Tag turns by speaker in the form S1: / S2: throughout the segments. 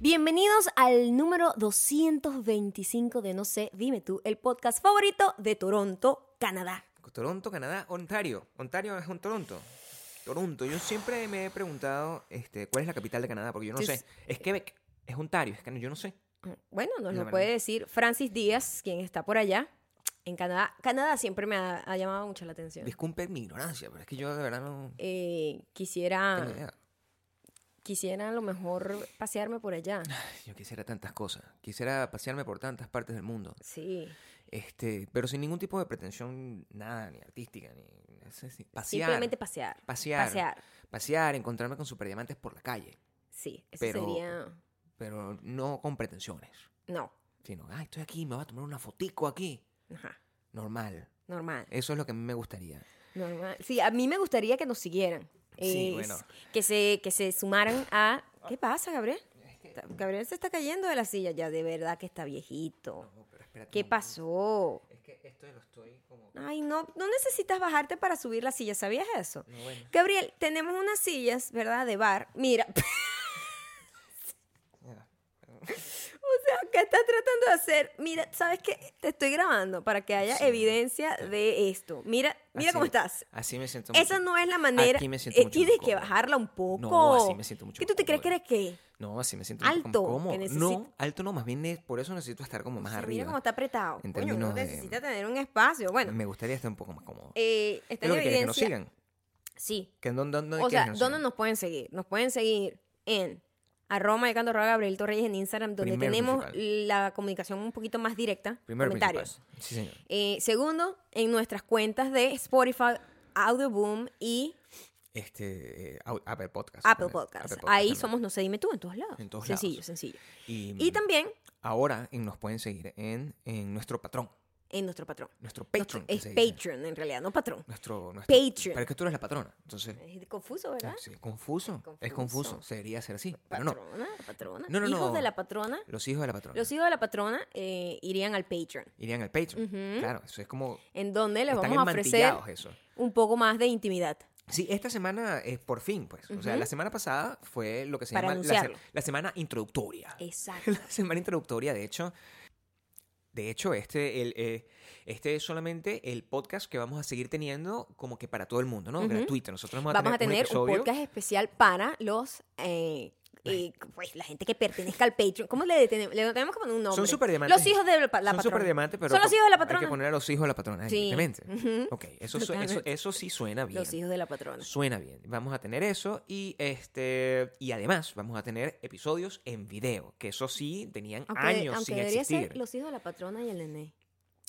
S1: Bienvenidos al número 225 de No sé, dime tú, el podcast favorito de Toronto, Canadá.
S2: Toronto, Canadá, Ontario. Ontario es un Toronto. Toronto. Yo siempre me he preguntado este, cuál es la capital de Canadá, porque yo no
S1: Sí, sí.
S2: sé. Es Quebec, es Ontario, es que yo no sé.
S1: Bueno, nos
S2: La
S1: lo
S2: verdad.
S1: puede decir Francis Díaz, quien está por allá en Canadá. Canadá siempre me ha, ha llamado mucho la atención.
S2: Disculpen mi ignorancia, pero es que yo de verdad no
S1: Eh,
S2: tengo
S1: quisiera,
S2: idea.
S1: quisiera a lo mejor pasearme por allá.
S2: Yo quisiera tantas cosas. Quisiera pasearme por tantas partes del mundo.
S1: Sí.
S2: Este, pero sin ningún tipo de pretensión, nada, ni artística, ni. No sé si- pasear.
S1: Simplemente pasear.
S2: pasear.
S1: Pasear.
S2: Pasear, encontrarme con superdiamantes por la calle.
S1: Sí, eso
S2: Pero-
S1: sería.
S2: Pero no con pretensiones.
S1: No.
S2: Sino, ay, estoy aquí, me voy a tomar una fotico aquí.
S1: Ajá.
S2: Normal.
S1: Normal.
S2: Eso es lo que a mí me gustaría.
S1: Normal. Sí, a mí me gustaría que nos siguieran.
S2: Sí,
S1: Es-
S2: bueno.
S1: Que se, que se sumaran a. ¿Qué pasa, Gabriel? Ta- Gabriel se está cayendo de la silla ya, de verdad que está viejito. ¿Qué pasó?
S2: Es que esto lo estoy como.
S1: Ay, no, no necesitas bajarte para subir la silla, ¿sabías eso?
S2: No, bueno.
S1: Gabriel, tenemos unas sillas, ¿verdad? De bar. Mira, o
S2: Ya.
S1: sea, ¿qué estás tratando de hacer? Mira, ¿sabes qué? Te estoy grabando para que haya
S2: Sí.
S1: evidencia de esto. Mira, mira
S2: Así-
S1: cómo estás.
S2: Así me siento.
S1: Esa
S2: mucho-
S1: no es la manera.
S2: Aquí me siento
S1: Eh,
S2: mucho
S1: tienes
S2: más
S1: que
S2: cómodo.
S1: bajarlo un poco.
S2: No, así me siento mucho
S1: ¿Qué
S2: más
S1: tú te crees que
S2: cómodo.
S1: eres qué?
S2: No, así me siento. mucho más
S1: Alto,
S2: cómodo.
S1: que necesito-
S2: No, alto no, más bien ne- por eso necesito estar como más
S1: O sea,
S2: arriba.
S1: Mira cómo está apretado.
S2: en
S1: Coño, uno
S2: términos de-
S1: necesita tener un espacio. Bueno,
S2: Me gustaría estar un poco más cómodo.
S1: eh, está
S2: Es
S1: en
S2: lo que quieres que nos
S1: evidencia.
S2: sigan.
S1: Sí.
S2: Que en dónde, dónde
S1: O
S2: quieres
S1: sea,
S2: que nos
S1: ¿dónde
S2: sigan?
S1: nos pueden seguir? Nos pueden seguir en arroba de Canto Roa Gabriel Torreyes en Instagram, donde
S2: Primero
S1: tenemos
S2: principal.
S1: la comunicación un poquito más directa.
S2: Primero
S1: comentarios.
S2: principal. Sí, señor.
S1: Eh, segundo, en nuestras cuentas de Spotify, Audioboom y
S2: Este, eh, Au- Apple Podcast.
S1: Apple
S2: también.
S1: Podcast.
S2: Apple
S1: Ahí
S2: también.
S1: somos No sé, dime tú, en todos lados.
S2: En todos
S1: sencillo,
S2: lados. Mm.
S1: sencillo.
S2: Y,
S1: Y también
S2: ahora eh, nos pueden seguir en, en nuestro patrón.
S1: en nuestro patrón.
S2: Nuestro
S1: Nuestro-
S2: Patreon. que
S1: es
S2: se dice.
S1: Patreon, en realidad, no patrón.
S2: Nuestro, nuestro
S1: Patreon.
S2: Pero es que tú eres la patrona. Entonces,
S1: Es confuso,
S2: Ah,
S1: ¿verdad?
S2: sí, confuso. Es
S1: Confuso.
S2: confuso. Se debería ser así, pero no.
S1: Patrona, la patrona.
S2: No, no,
S1: hijos
S2: no.
S1: de la patrona.
S2: Los hijos de la patrona
S1: Los hijos de la patrona eh, irían al Patreon,
S2: irían al Patreon.
S1: Ujú.
S2: Claro, eso es como
S1: en donde les
S2: están
S1: vamos a ofrecer
S2: enmantillados eh. eso.
S1: un poco más de intimidad.
S2: Sí, esta semana es por fin, pues. O sea,
S1: Ujú.
S2: la semana pasada fue lo que se
S1: Para
S2: llama la, se-
S1: anunciarlo. Eh.
S2: la semana introductoria.
S1: Exacto.
S2: la semana introductoria, de hecho. De hecho, este, el, eh, este es solamente el podcast que vamos a seguir teniendo como que para todo el mundo, ¿no?
S1: Ujú.
S2: Gratuito. Nosotros vamos a
S1: Vamos a
S2: tener,
S1: tener un,
S2: episodio.
S1: podcast especial para los... eh, eh, pues la gente que pertenezca al Patreon. ¿Cómo le tenemos? Le tenemos que poner un nombre.
S2: Son superdiamantes.
S1: Los hijos de la, pa- la
S2: Son
S1: patrona.
S2: superdiamantes, pero
S1: Son los
S2: co-
S1: hijos de la
S2: Hay que
S1: patrona.
S2: poner a los hijos de la patrona,
S1: Sí.
S2: evidentemente.
S1: Ujú.
S2: Ok, eso, su- eso,
S1: Totalmente.
S2: eso sí suena bien.
S1: Los hijos de la patrona.
S2: Suena bien. Vamos a tener eso y este y además vamos a tener episodios en video, que eso sí tenían
S1: Aunque,
S2: años
S1: aunque
S2: sin
S1: debería
S2: existir.
S1: ser los hijos de la patrona y el nené.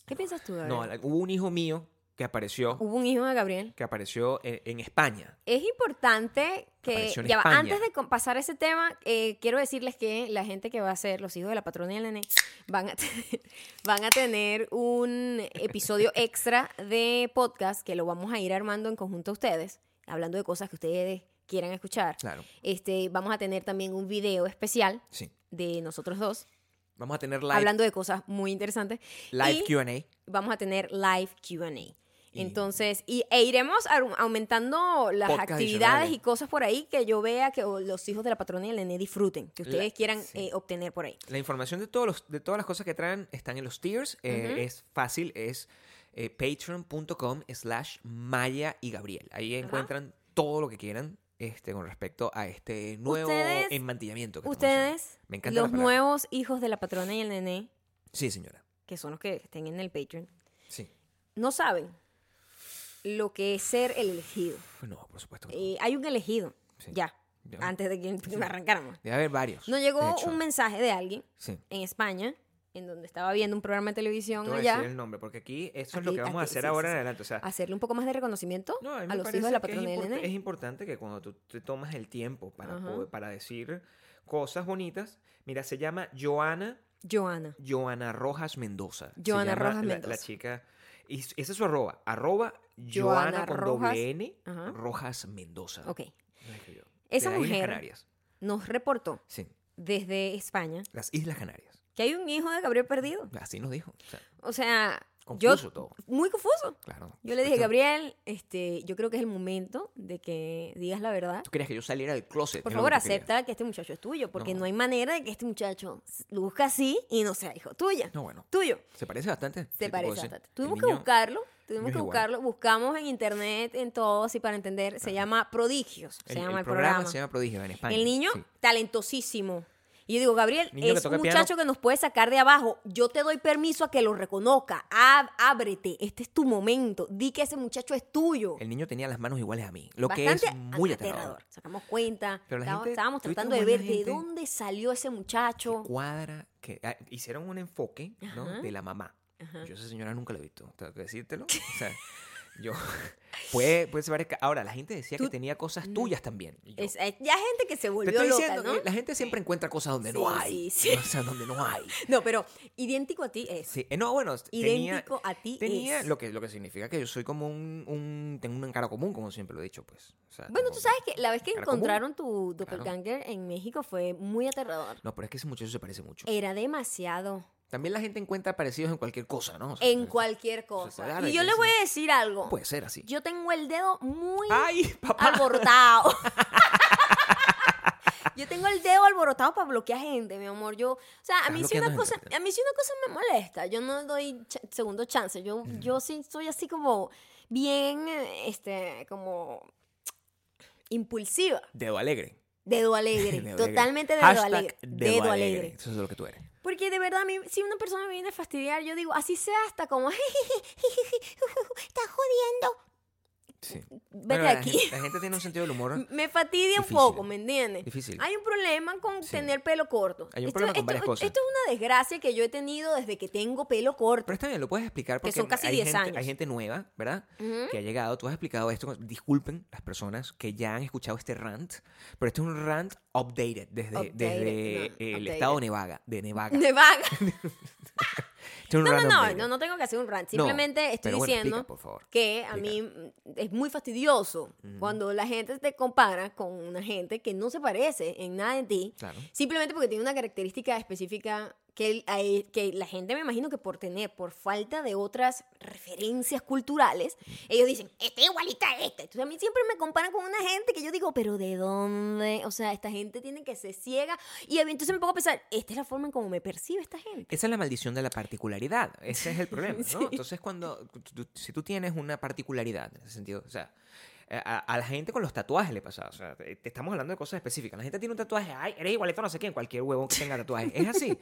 S1: ¿Qué piensas tú, Gabriel?
S2: No, la- hubo un hijo mío que apareció
S1: Hubo un hijo de Gabriel.
S2: que apareció en, en España.
S1: Es importante que,
S2: Apareció en
S1: ya va,
S2: España.
S1: antes de com- pasar ese tema, eh, quiero decirles que la gente que va a ser los hijos de la patrona y el nene van a tener, van a tener un episodio extra de podcast que lo vamos a ir armando en conjunto a ustedes, hablando de cosas que ustedes quieran escuchar.
S2: Claro.
S1: Este, vamos a tener también un video especial
S2: Sí.
S1: de nosotros dos,
S2: Vamos a tener live
S1: hablando de cosas muy interesantes.
S2: live
S1: Y-
S2: Q&A.
S1: vamos a tener live QA. Entonces, y, e iremos au- aumentando las
S2: Podcast
S1: actividades
S2: adicionales.
S1: y cosas por ahí que yo vea que o, los hijos de la patrona y el nene disfruten, que ustedes
S2: La-
S1: quieran
S2: sí.
S1: eh, obtener por ahí.
S2: La información de todos los de todas las cosas que traen están en los tiers, eh, es fácil, es eh, patreon.com slash Maya y Gabriel. Ahí encuentran todo lo que quieran este con respecto a este nuevo
S1: Ustedes-
S2: enmantillamiento que estamos haciendo.
S1: Ustedes,
S2: Me encanta la
S1: los
S2: palabra.
S1: nuevos hijos de la patrona y el nene,
S2: Sí, señora.
S1: que son los que estén en el Patreon,
S2: Sí.
S1: no saben lo que es ser el elegido.
S2: Pues No, por supuesto. que no.
S1: Eh, hay un elegido,
S2: Sí.
S1: ya,
S2: Ya.
S1: antes de que me arrancáramos.
S2: Debe haber varios.
S1: Nos
S2: de
S1: llegó
S2: hecho.
S1: un mensaje de alguien
S2: Sí.
S1: en España, en donde estaba viendo un programa de televisión
S2: No voy a
S1: allá.
S2: decir el nombre, porque aquí eso es lo
S1: Aquí-
S2: que vamos a
S1: aquí-
S2: hacer
S1: sí,
S2: ahora
S1: sí, sí.
S2: en adelante. O sea,
S1: hacerle un poco más de reconocimiento
S2: No, mí
S1: a,
S2: me
S1: los hijos
S2: parece
S1: de la
S2: que es
S1: patrona del
S2: import- Es
S1: nene.
S2: importante que cuando tú te tomas el tiempo para,
S1: Ajá.
S2: poder- para decir cosas bonitas, mira, se llama Joana,
S1: Joana.
S2: Joana Rojas Mendoza. Se
S1: Joana
S2: llama
S1: Rojas
S2: la- La
S1: Mendoza.
S2: chica. Y s- ese es su arroba. Arroba
S1: Joana
S2: Joana con
S1: Rojas-
S2: doble N
S1: Ajá.
S2: Rojas Mendoza.
S1: Ok.
S2: Lo escribió.
S1: Esa
S2: De las Islas
S1: mujer-
S2: Canarias.
S1: Nos reportó
S2: Sí,
S1: desde España
S2: las Islas Canarias.
S1: que hay un hijo de Gabriel perdido.
S2: Así nos dijo. o sea,
S1: O sea,
S2: Confuso
S1: yo,
S2: todo.
S1: Muy confuso.
S2: Claro.
S1: Yo le dije,
S2: Esto-
S1: Gabriel, este, yo creo que es el momento de que digas la verdad.
S2: Tú querías que yo saliera del closet.
S1: Por
S2: es lo que
S1: favor,
S2: tú querías.
S1: acepta que este muchacho es tuyo, porque
S2: No.
S1: no. hay manera de que este muchacho s- luzca así y no sea hijo tuya.
S2: No, bueno.
S1: Tuyo.
S2: Se parece bastante.
S1: Se
S2: sí,
S1: parece
S2: puedo decir.
S1: bastante.
S2: El
S1: Tuvimos que
S2: niño-
S1: buscarlo, tuvimos
S2: niño
S1: que
S2: es igual.
S1: buscarlo. Buscamos en internet, en todo, así para entender. Se llama Prodigios, se
S2: el-
S1: llama
S2: el
S1: el programa.
S2: se llama Prodigio en España.
S1: El niño,
S2: sí.
S1: talentosísimo. Y yo digo, Gabriel,
S2: Niño que
S1: es
S2: toca
S1: un
S2: piano.
S1: muchacho que nos puede sacar de abajo. Yo te doy permiso a que lo reconozca. Ab- ábrete, este es tu momento. Di que ese muchacho es tuyo.
S2: El niño tenía las manos iguales a mí, lo que es
S1: Bastante
S2: muy aterrador.
S1: Sacamos cuenta.
S2: Pero la
S1: estaba-
S2: gente-
S1: estábamos
S2: tuviste
S1: tratando de
S2: un buen
S1: ver
S2: de
S1: de
S2: gente.
S1: dónde salió ese muchacho.
S2: Cuadra que ah, hicieron un enfoque ¿no?
S1: Oh. Ajá.
S2: de la mamá.
S1: Ajá.
S2: Yo a esa señora nunca la he visto, tengo que decírtelo. O sea, yo puede, puede ser que ahora la gente decía
S1: Tú-
S2: que tenía cosas tuyas también. Y yo,
S1: Es- es- ya gente que se
S2: te
S1: volvió
S2: estoy
S1: loca,
S2: diciendo
S1: ¿no?
S2: que la gente siempre encuentra cosas donde
S1: Sí,
S2: no hay,
S1: sí, sí.
S2: o sea, donde no hay.
S1: No, pero idéntico a ti es.
S2: Sí, eh, no, bueno, tenía-
S1: Idéntico a ti
S2: Tenía
S1: es.
S2: lo que lo que significa que yo soy como un, un- tengo un encara común, como siempre lo he dicho, pues. O sea,
S1: Bueno,
S2: tengo-
S1: tú sabes que la vez que
S2: Cara común.
S1: encontraron tu doppelganger en México fue muy aterrador.
S2: No, pero es que ese muchacho se parece mucho.
S1: Era demasiado.
S2: También la gente encuentra parecidos en cualquier cosa, ¿no? O sea,
S1: En
S2: es-
S1: cualquier
S2: se
S1: cosa.
S2: agarra
S1: Y
S2: y
S1: yo
S2: te
S1: le
S2: dice,
S1: voy a decir algo.
S2: Puede ser así.
S1: Yo tengo el dedo muy
S2: Pues Ay, papá.
S1: alborotado. Yo tengo el dedo alborotado para bloquear gente, mi amor. Yo, o sea, a mí
S2: Estás
S1: si una
S2: bloqueando
S1: cosa,
S2: gente.
S1: a mí si una cosa me molesta, yo no doy ch- segundo chance. Yo, yo sí soy así como bien, eh, este, como impulsiva.
S2: Dedo alegre.
S1: Dedo alegre,
S2: Dedo alegre.
S1: totalmente dedo
S2: Hashtag
S1: alegre. Dedo, alegre.
S2: Eso es lo que tú eres.
S1: Porque de verdad, a mí, si una persona me viene a fastidiar, yo digo, así sea hasta como, estás jodiendo,
S2: Sí.
S1: vete
S2: Bueno,
S1: de
S2: la
S1: aquí.
S2: gente- La, gente tiene un sentido del humor.
S1: Me fastidia
S2: Ah, Difícil.
S1: un poco, ¿me entiendes?
S2: Difícil.
S1: Hay un problema con
S2: Sí.
S1: tener pelo corto.
S2: Hay un problema con
S1: esto,
S2: varias cosas.
S1: Esto es una desgracia que yo he tenido desde que tengo pelo corto.
S2: Pero está bien, lo puedes explicar porque
S1: son casi
S2: hay,
S1: 10
S2: gente,
S1: años.
S2: hay gente nueva, ¿verdad?
S1: Ujú.
S2: Que ha llegado. Tú has explicado esto. Disculpen las personas que ya han escuchado este rant, pero este es un rant updated desde,
S1: Updated,
S2: desde
S1: no,
S2: el
S1: updated.
S2: estado de Nevada. De Nevada.
S1: De vaga.
S2: Este es un
S1: No, no,
S2: rant
S1: no,
S2: updated.
S1: no, no tengo que hacer un rant.
S2: No,
S1: Simplemente estoy
S2: pero bueno,
S1: diciendo
S2: explica, por favor.
S1: que a mí mm, es muy fastidioso cuando la gente te compara con una gente que no se parece en nada en ti.
S2: Claro.
S1: Simplemente porque tiene una característica específica que, el- a el- que la gente me imagino que por tener, por falta de otras referencias culturales, ellos dicen, este es igualita a este. Entonces a mí siempre me comparan con una gente que yo digo, pero ¿de dónde? O sea, esta gente tiene que ser ciega. Y a mí entonces me pongo a pensar, esta es la forma en cómo me percibe esta gente.
S2: Esa es la maldición de la particularidad. Ese es el problema, ¿no?
S1: Sí.
S2: Entonces, cuando tú- tú- si tú tienes una particularidad, en ese sentido, o sea, eh, a, a la gente con los tatuajes le pasa, o sea, te, te estamos hablando de cosas específicas. La gente tiene un tatuaje, ay, eres igualito a no sé quién, cualquier huevón que tenga tatuaje. Es así.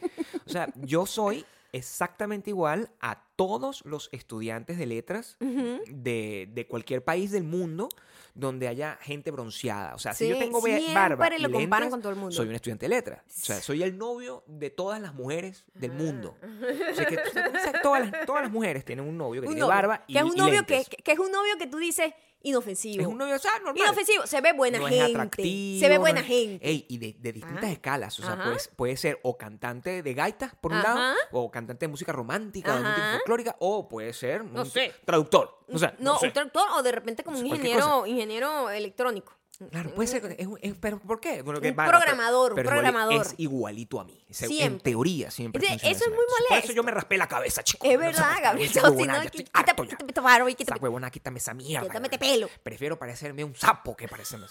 S2: O sea, yo soy exactamente igual a todos los estudiantes de letras de, de cualquier país del mundo donde haya gente bronceada. O sea, si yo
S1: Sí,
S2: tengo be-
S1: siempre
S2: barba y
S1: lo comparan
S2: lentes,
S1: con todo el mundo.
S2: soy un estudiante de letras. O sea, soy el novio de todas las mujeres
S1: Ah.
S2: del mundo. O sea, que tú te piensas que todas, las, todas las mujeres tienen un novio que
S1: Un
S2: tiene
S1: novio,
S2: barba y,
S1: que es un
S2: y
S1: novio que,
S2: lentes.
S1: que- que es un novio que tú dices inofensivo.
S2: es un novio, o sea, normal.
S1: Inofensivo, se ve buena
S2: no
S1: gente.
S2: es atractivo.
S1: se ve
S2: no
S1: buena
S2: es-
S1: gente.
S2: Ey, y de, de distintas
S1: Ajá.
S2: escalas. O sea,
S1: Ajá.
S2: pues, puede ser o cantante de gaitas, por un
S1: Ajá.
S2: lado, o cantante de música romántica, o de música
S1: Ajá.
S2: folclórica, o puede ser un
S1: sé.
S2: traductor. O sea,
S1: no,
S2: no sé.
S1: un traductor o de repente como un
S2: Cualquier
S1: ingeniero, ingeniero electrónico.
S2: Claro, puede ser. es un- es- pero ¿por qué? Bueno,
S1: Un
S2: bueno, pero-
S1: programador, un
S2: pero igual-
S1: programador.
S2: Es igualito a mí. Se- En
S1: Siempre.
S2: teoría siempre.
S1: Entonces,
S2: funciona
S1: eso es
S2: así.
S1: muy
S2: Entonces, Por
S1: molesto.
S2: eso yo me raspé la cabeza, chico.
S1: Es verdad, Gabriel.
S2: Gabriel.
S1: si no,
S2: estoy
S1: quita-
S2: harto ya.
S1: quita- paro y quita-
S2: Esa huevona, quítame esa mierda.
S1: Quítame este
S2: Gabriel.
S1: pelo.
S2: Prefiero parecerme un sapo que parecerme.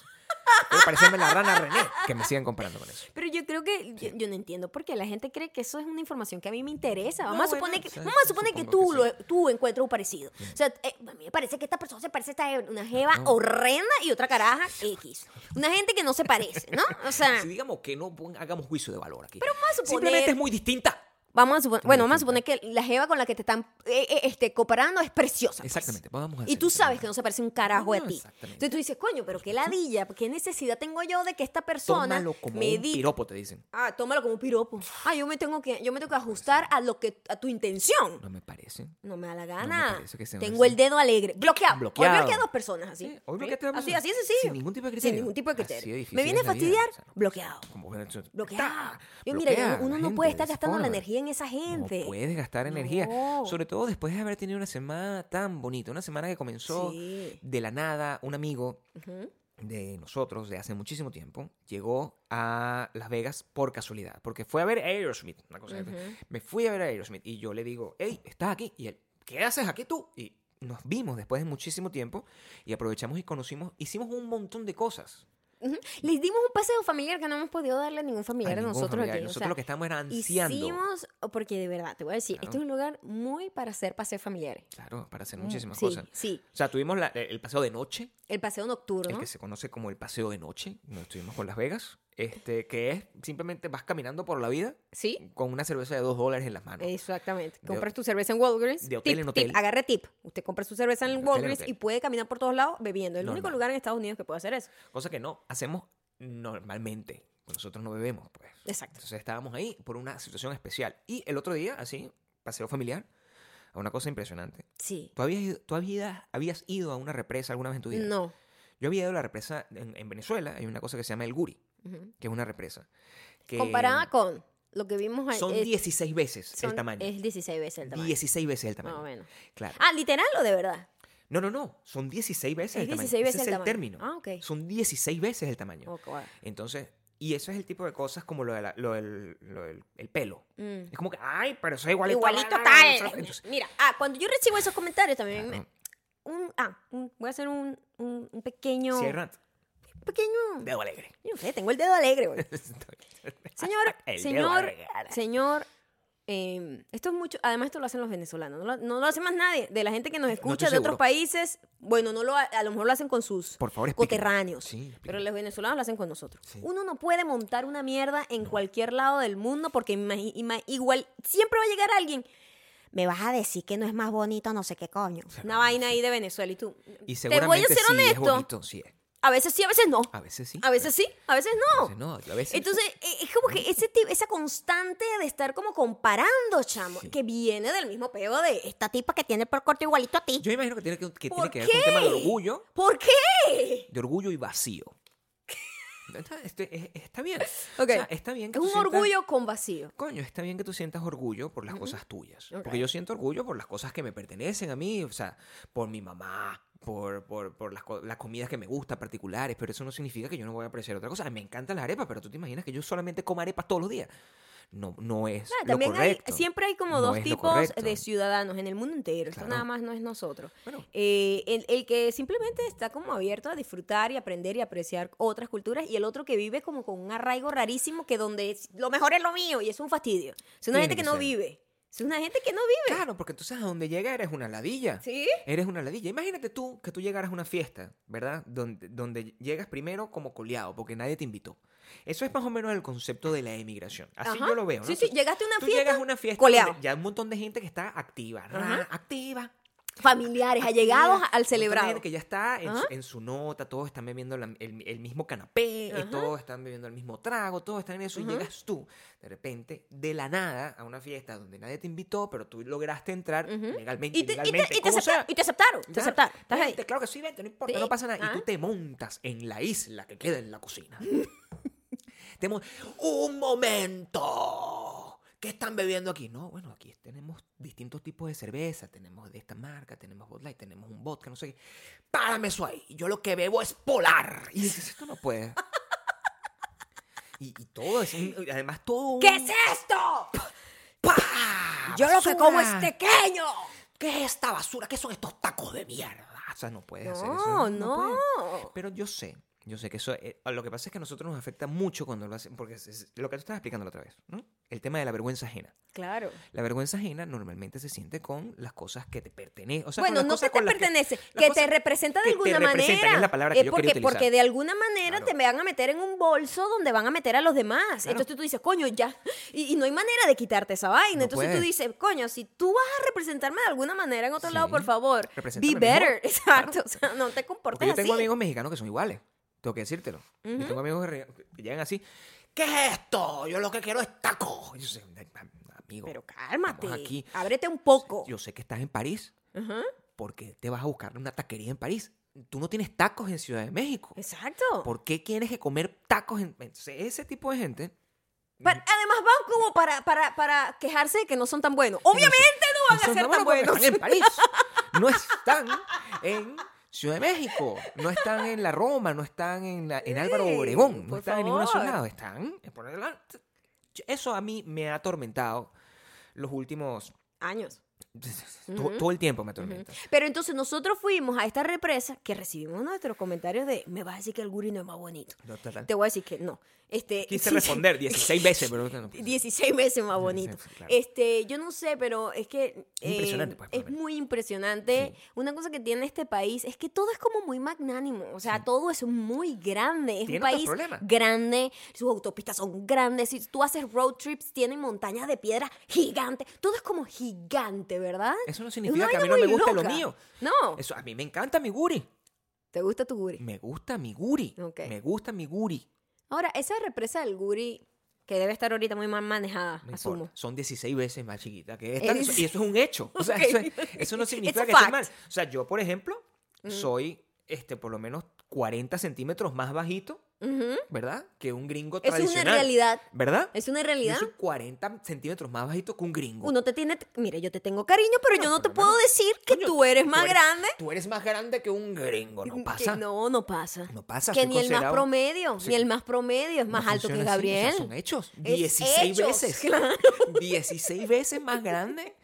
S2: Prefiero parecerme la rana René que me sigan comparando con eso.
S1: Pero yo creo que yo, yo no entiendo por qué la gente cree que eso es una información que a mí me interesa. Vamos
S2: No,
S1: a suponer
S2: bueno,
S1: que,
S2: o sea,
S1: vamos a suponer que tú,
S2: supongo que
S1: lo- tú encuentras un parecido. O sea, eh, a mí me parece que esta persona se parece a esta, una jeva
S2: No.
S1: horrenda y otra caraja X. Una gente que no se parece, ¿no? O sea,
S2: Si digamos que no pon- hagamos juicio de valor aquí.
S1: Ah. Pero vamos a suponer-
S2: Simplemente es muy distinta.
S1: vamos a suponer, bueno, vamos a suponer que la jeva con la que te están eh, eh, este, comparando es preciosa. pues.
S2: Exactamente. Vamos a
S1: Y
S2: hacer
S1: tú
S2: eso.
S1: sabes que no se parece un carajo a
S2: No,
S1: ti.
S2: exactamente.
S1: Entonces tú dices, coño, pero qué ladilla, qué necesidad tengo yo de que esta persona
S2: Tómalo como
S1: me
S2: un
S1: diga-
S2: piropo, te dicen.
S1: Ah, tómalo como un piropo. Ah, yo me tengo que, yo me tengo que ajustar a lo que, a tu intención.
S2: No me parece.
S1: No me da la
S2: No me
S1: gana.
S2: parece que sea
S1: tengo
S2: así.
S1: el dedo alegre. Bloqueado.
S2: Bloqueado.
S1: Hoy bloqueé a dos personas así.
S2: Sí, hoy bloqueaste a dos
S1: Así,
S2: personas.
S1: así de sencillo.
S2: Sin ningún tipo de criterio.
S1: Sin ningún tipo de
S2: Así de
S1: criterio.
S2: difícil
S1: me viene a
S2: es la vida,
S1: fastidiar,
S2: o sea.
S1: bloqueado.
S2: Como que eso-
S1: Bloqueado.
S2: ¡Ta!
S1: Yo, mira, yo-
S2: Bloquea a
S1: uno
S2: la
S1: no puede
S2: gente
S1: estar
S2: de esa
S1: gastando la
S2: forma.
S1: energía en esa gente.
S2: No pues, puedes gastar energía.
S1: No.
S2: Sobre todo después de haber tenido una semana tan bonita. Una semana que comenzó
S1: Sí.
S2: de la nada. Un amigo
S1: Ujú.
S2: de nosotros de hace muchísimo tiempo llegó a Las Vegas por casualidad. Porque fue a ver Aerosmith. Una cosa que- Me fui a ver a Aerosmith y yo le digo, hey, ¿estás aquí? Y él, ¿qué haces aquí tú? Y nos vimos después de muchísimo tiempo y aprovechamos y conocimos, hicimos un montón de cosas.
S1: Ujú. Les dimos un paseo familiar que no hemos podido darle a ningún
S2: a
S1: familiar de
S2: ningún
S1: nosotros
S2: familiar.
S1: aquí. o
S2: Nosotros
S1: sea,
S2: lo que estábamos era ansiando.
S1: Hicimos, porque de verdad, te voy a decir,
S2: Claro.
S1: este es un lugar muy para hacer paseos familiares.
S2: Claro, para hacer muchísimas
S1: Mm, sí,
S2: cosas.
S1: Sí,
S2: O sea, tuvimos la- eh, el paseo de noche,
S1: el paseo
S2: el
S1: nocturno.
S2: que se conoce como el paseo de noche, donde estuvimos por Las Vegas, este, que es simplemente vas caminando por la vida
S1: Sí,
S2: con una cerveza de dos dólares en las manos.
S1: exactamente.
S2: pues, De-
S1: Compras tu cerveza en Walgreens.
S2: de hotel
S1: tip,
S2: en
S1: tip,
S2: hotel.
S1: agarre tip. Usted compra su cerveza en
S2: De hotel en
S1: Walgreens
S2: hotel.
S1: y puede caminar por todos lados bebiendo. El único
S2: Normal.
S1: lugar en Estados Unidos que puede hacer eso.
S2: Cosa que no hacemos normalmente. Nosotros no bebemos, pues.
S1: Exacto.
S2: Entonces estábamos ahí por una situación especial. Y el otro día, así, paseo familiar, a una cosa impresionante.
S1: Sí.
S2: ¿Tú habías ido, tú habías, habías ido a una represa alguna vez en tu vida?
S1: No.
S2: Yo había ido a la represa en, en Venezuela, hay una cosa que se llama el Guri,
S1: Ujú.
S2: que es una represa. Que
S1: Comparada con lo que vimos ahí.
S2: Son
S1: eh,
S2: 16 veces
S1: son-
S2: el tamaño.
S1: Es 16 veces el tamaño.
S2: 16 veces el
S1: Más o
S2: tamaño.
S1: menos.
S2: Claro.
S1: Ah, literal o de verdad.
S2: No, no, no. Son 16 veces
S1: Es
S2: el tamaño.
S1: 16
S2: Ese
S1: veces
S2: es
S1: el
S2: el,
S1: tamaño.
S2: término.
S1: Ah, ok.
S2: Son 16 veces el tamaño.
S1: Ok, bueno.
S2: Entonces, y eso es el tipo de cosas como lo, de la- lo del, lo del- el pelo.
S1: Mm.
S2: Es como que, ay, pero eso es igualito.
S1: Igualito
S2: bla, bla, bla,
S1: tal.
S2: bla". Entonces,
S1: Mira, ah, cuando yo recibo esos comentarios también me-
S2: Claro.
S1: un, ah, un- voy a hacer un, un, un pequeño,
S2: cierran
S1: un pequeño,
S2: dedo alegre.
S1: yo no sé, tengo el dedo alegre, güey. Señor,
S2: El dedo
S1: señor,
S2: alegre.
S1: señor, eh, esto es mucho, además esto lo hacen los venezolanos, no lo, no lo hace más nadie, de la gente que nos escucha de
S2: estoy
S1: otros
S2: seguro.
S1: países, bueno, no lo, ha- a lo mejor lo hacen con sus
S2: Por favor, explíquenos.
S1: coterráneos,
S2: Sí, explíquenos.
S1: pero los venezolanos lo hacen con nosotros.
S2: Sí.
S1: Uno no puede montar una mierda en cualquier lado del mundo porque ima- ima- igual siempre va a llegar alguien. Me vas a decir que no es más bonito, no sé qué coño. Una vaina ahí de Venezuela y tú.
S2: Y
S1: te voy a
S2: seguramente
S1: ser
S2: sí es
S1: honesto.
S2: bonito, sí es.
S1: a veces sí, a veces no.
S2: A veces sí.
S1: A veces sí, a veces
S2: A
S1: no.
S2: veces no. A veces
S1: Entonces, eh, es como que ese ti- esa constante de estar como comparando, chamo, que viene del mismo peo de esta tipa que tiene el pelo corto igualito a ti.
S2: Yo imagino que tiene que, que tiene
S1: ¿Por
S2: que ver con el tema
S1: qué?
S2: de orgullo,
S1: ¿Por qué?
S2: de orgullo y vacío. Está, este- es- está bien.
S1: Ok.
S2: O sea, está bien que
S1: Es
S2: tú
S1: un
S2: sientas-
S1: orgullo con vacío.
S2: Coño, está bien que tú sientas orgullo por las cosas tuyas.
S1: Ok.
S2: Porque yo siento orgullo por las cosas que me pertenecen a mí, o sea, por mi mamá, por, por, por las, co- las comidas que me gustan particulares, pero eso no significa que yo no voy a apreciar otra cosa. Ay, Me encantan las arepas, pero tú te imaginas que yo solamente como arepas todos los días. No, no es
S1: Claro,
S2: lo
S1: también hay,
S2: correcto.
S1: siempre hay como
S2: No
S1: dos
S2: es lo
S1: tipos
S2: correcto.
S1: de ciudadanos en el mundo entero. Esto
S2: Claro.
S1: nada más no es nosotros.
S2: Bueno.
S1: Eh, el, el que simplemente está como abierto a disfrutar y aprender y apreciar otras culturas y el otro que vive como con un arraigo rarísimo que donde es- lo mejor es lo mío y es un fastidio. Es una
S2: Tiene
S1: gente que,
S2: que
S1: no
S2: ser.
S1: vive. Es una gente que no vive.
S2: Claro, porque entonces a donde llega eres una ladilla.
S1: ¿Sí?
S2: Eres una ladilla. Imagínate tú que tú llegaras a una fiesta, ¿verdad? Donde, donde llegas primero como coleado, porque nadie te invitó. Eso es más o menos el concepto de la emigración. Así
S1: Ajá.
S2: yo lo veo, ¿no?
S1: Sí, sí, llegaste a una
S2: tú
S1: fiesta,
S2: llegas a una fiesta
S1: coleado.
S2: donde ya hay un montón de gente que está activa, ra,
S1: Ajá.
S2: activa.
S1: familiares,
S2: activa,
S1: allegados
S2: un montón
S1: al
S2: de
S1: celebrado.
S2: gente que ya está en
S1: Ajá.
S2: su, en su nota, todos están bebiendo la- el, el mismo canapé,
S1: Ajá.
S2: todos están bebiendo el mismo trago, todos están en eso
S1: Ajá.
S2: y llegas tú, de repente, de la nada, a una fiesta donde nadie te invitó, pero tú lograste entrar
S1: Ujú.
S2: legalmente,
S1: Y te, y te-
S2: ilegalmente,
S1: y te
S2: como sea.
S1: aceptaron, y te aceptaron, te
S2: Claro,
S1: aceptaron. Estás ahí.
S2: vente, claro que sí, vente, no importa,
S1: Sí,
S2: no pasa nada. Y
S1: ah.
S2: tú te montas en la isla que queda en la cocina. Te mon- ¡Un momento! ¿Qué están bebiendo aquí? No, bueno, aquí tenemos distintos tipos de cerveza. Tenemos de esta marca, tenemos Bud Light, tenemos un vodka, no sé qué. ¡Párame eso ahí! Yo lo que bebo es polar. Y dices, esto no puede. Y, y todo es un- y además todo un-
S1: ¿Qué es esto?
S2: ¡Pah!
S1: Yo lo que como es
S2: ¡Basura!
S1: pequeño.
S2: ¿Qué es esta basura? ¿Qué son estos tacos de mierda? O sea, no puedes hacer eso.
S1: No,
S2: puedes.
S1: no.
S2: Pero yo sé, yo sé que eso, eh, lo que pasa es que a nosotros nos afecta mucho cuando lo hacen, porque es, es lo que tú estabas explicando la otra vez, ¿no? El tema de la vergüenza ajena.
S1: Claro.
S2: La vergüenza ajena normalmente se siente con las cosas que te pertenecen. O sea, con
S1: Bueno,
S2: las
S1: no
S2: cosas
S1: que te
S2: con las
S1: pertenece,
S2: las
S1: que, te
S2: cosas
S1: representa de
S2: que te
S1: alguna
S2: representan,
S1: manera.
S2: es la palabra que
S1: Eh,
S2: yo
S1: porque,
S2: quería utilizar.
S1: porque de alguna manera
S2: Claro.
S1: te van a meter en un bolso donde van a meter a los demás.
S2: Claro.
S1: Entonces tú dices, coño, ya. Y, y no hay manera de quitarte esa vaina.
S2: No
S1: Entonces tú
S2: puedes.
S1: dices, coño, si tú vas a representarme de alguna manera en otro lado,
S2: Sí.
S1: por favor, be
S2: Represéntame
S1: better.
S2: mejor.
S1: Exacto. O sea, no te
S2: Porque
S1: comportes
S2: yo tengo
S1: así.
S2: amigos mexicanos que son iguales. Tengo que decírtelo. Yo tengo amigos que, re- que llegan así. ¿Qué es esto? Yo lo que quiero es taco. Y yo sé, amigo.
S1: Pero cálmate.
S2: estamos aquí.
S1: Ábrete un poco.
S2: Yo sé que estás en París.
S1: Ajá,
S2: ¿Por qué te vas a buscar una taquería en París? Tú no tienes tacos en Ciudad de México.
S1: Exacto.
S2: ¿Por qué tienes que comer tacos? En... Entonces, Ese tipo de gente.
S1: Pa- además van como para, para, para quejarse de que no son tan buenos. Obviamente no van a
S2: Esos
S1: ser
S2: no
S1: tan
S2: porque
S1: buenos.
S2: Están en París. No están en Ciudad de México. No están en la Roma. No están en, la- en Álvaro
S1: Ey,
S2: Obregón. No
S1: por
S2: están en ningún
S1: favor.
S2: otro lado. Están. en por el lado. Eso a mí me ha atormentado los últimos
S1: Años.
S2: Todo, todo el tiempo me atormenta.
S1: Pero entonces nosotros fuimos a esta represa que recibimos nuestros comentarios de me vas a decir que el guri no es más bonito.
S2: No, total.
S1: Te voy a decir que no. Este,
S2: Quise
S1: sí,
S2: responder 16 veces, pero no pude.
S1: 16 veces más bonito.
S2: sí, claro.
S1: Este, yo no sé, pero es que eh,
S2: impresionante, pues, por lo
S1: es
S2: menos.
S1: muy impresionante. Una cosa que tiene este país es que todo es como muy magnánimo, o sea, todo es muy grande, es
S2: Tiene
S1: un
S2: otros
S1: país
S2: problemas.
S1: grande, sus autopistas son grandes, si tú haces road trips tienen montañas de piedra gigantes, todo es como gigante, ¿verdad?
S2: Eso no
S1: Es
S2: significa
S1: una
S2: que a mí
S1: vaina
S2: no me
S1: muy
S2: guste lo
S1: loca.
S2: mío.
S1: No.
S2: Eso, a mí me encanta mi guri.
S1: ¿Te gusta tu guri?
S2: Me gusta mi guri.
S1: Ok.
S2: Me gusta mi guri.
S1: Ahora, esa represa del guri, que debe estar ahorita muy mal manejada,
S2: No
S1: asumo.
S2: importa. Son 16 veces más chiquitas que esta.
S1: Eres-
S2: eso- Y eso es un hecho. O sea,
S1: Ok.
S2: eso, es- eso no
S1: It's
S2: significa
S1: a
S2: que esté
S1: fact. Mm.
S2: mal. O sea, yo, por ejemplo, soy este, por lo menos 40 centímetros más bajito,
S1: Ujú.
S2: ¿verdad? Que un gringo
S1: Es una
S2: tradicional.
S1: realidad.
S2: ¿Verdad?
S1: Es una
S2: Yo
S1: realidad.
S2: soy 40 centímetros más bajito que un gringo.
S1: Uno te tiene, mira, yo te tengo cariño, pero
S2: Bueno,
S1: yo no
S2: por
S1: te
S2: lo
S1: puedo
S2: menos.
S1: decir que
S2: Coño,
S1: tú eres más grande.
S2: Tú eres más grande que un gringo. No
S1: Que
S2: pasa.
S1: no, no pasa.
S2: No pasa,
S1: Que
S2: estoy
S1: ni el más
S2: considerado-
S1: promedio,
S2: Sí.
S1: ni el más promedio es
S2: No
S1: más alto que
S2: funciona así, o sea,
S1: Gabriel.
S2: son hechos.
S1: Es
S2: 16
S1: hechos,
S2: veces.
S1: claro.
S2: 16 veces más grande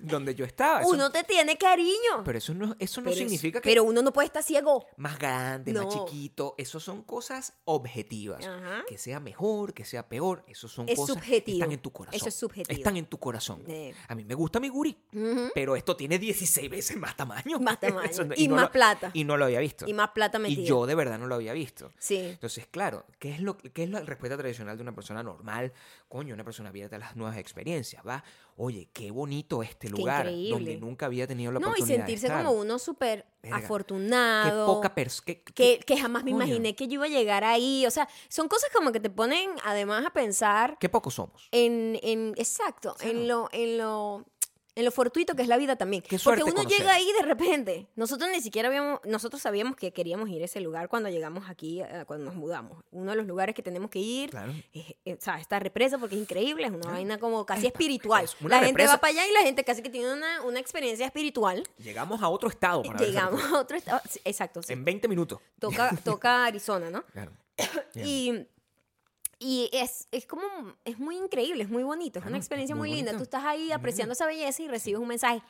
S2: donde yo estaba. Eso-
S1: Uno te tiene cariño.
S2: pero eso no, eso no
S1: Pero es-
S2: significa que
S1: pero uno no puede estar ciego.
S2: más grande,
S1: No.
S2: más chiquito. Eso son cosas objetivas.
S1: Ajá.
S2: Que sea mejor, que sea peor. Eso son
S1: Es
S2: cosas
S1: subjetivo.
S2: están en tu corazón.
S1: Eso es subjetivo.
S2: Están en tu corazón.
S1: Eh.
S2: A mí me gusta mi guri,
S1: Ujú.
S2: pero esto tiene 16 veces más tamaño.
S1: Más tamaño.
S2: Eso
S1: Y más
S2: lo-
S1: plata.
S2: Y no lo había visto.
S1: Y más plata metida.
S2: Y yo de verdad no lo había visto.
S1: Sí.
S2: Entonces, claro, ¿qué es, lo, ¿qué es lo- el respeto tradicional de una persona normal? Coño, una persona abierta a las nuevas experiencias, ¿va? Oye, qué bonito este lugar donde
S1: increíble.
S2: nunca había tenido la
S1: No, y
S2: oportunidad de
S1: sentirse
S2: estar.
S1: como uno súper
S2: Verga. Qué
S1: afortunado.
S2: poca persona. Qué,
S1: que, que jamás me
S2: coño,
S1: imaginé que yo iba a llegar ahí. O sea, son cosas como que te ponen además a pensar
S2: Qué pocos somos.
S1: en, en exacto, en lo, en lo, en lo fortuito que es la vida también.
S2: Qué
S1: Porque
S2: suerte
S1: uno
S2: conocer.
S1: llega ahí de repente. Nosotros ni siquiera habíamos, nosotros sabíamos que queríamos ir a ese lugar cuando llegamos aquí, eh, cuando nos mudamos. Uno de los lugares que tenemos que ir
S2: Claro.
S1: es, eh, o sea, esta represa porque es increíble, es una vaina como casi
S2: Epa,
S1: espiritual.
S2: es
S1: la
S2: una
S1: gente
S2: represa.
S1: va para allá y la gente casi que tiene una, una experiencia espiritual.
S2: Llegamos a otro estado. Para Em. ver esa
S1: Llegamos
S2: película.
S1: a otro estado. sí, Exacto. sí.
S2: En 20 minutos.
S1: Toca, toca Arizona, ¿no?
S2: Claro. Bien.
S1: Y, y es, es como, es muy increíble, es muy bonito, es
S2: Claro,
S1: una experiencia
S2: Ah, muy
S1: muy, linda.
S2: bonito.
S1: Tú estás ahí apreciando esa belleza y recibes un mensaje.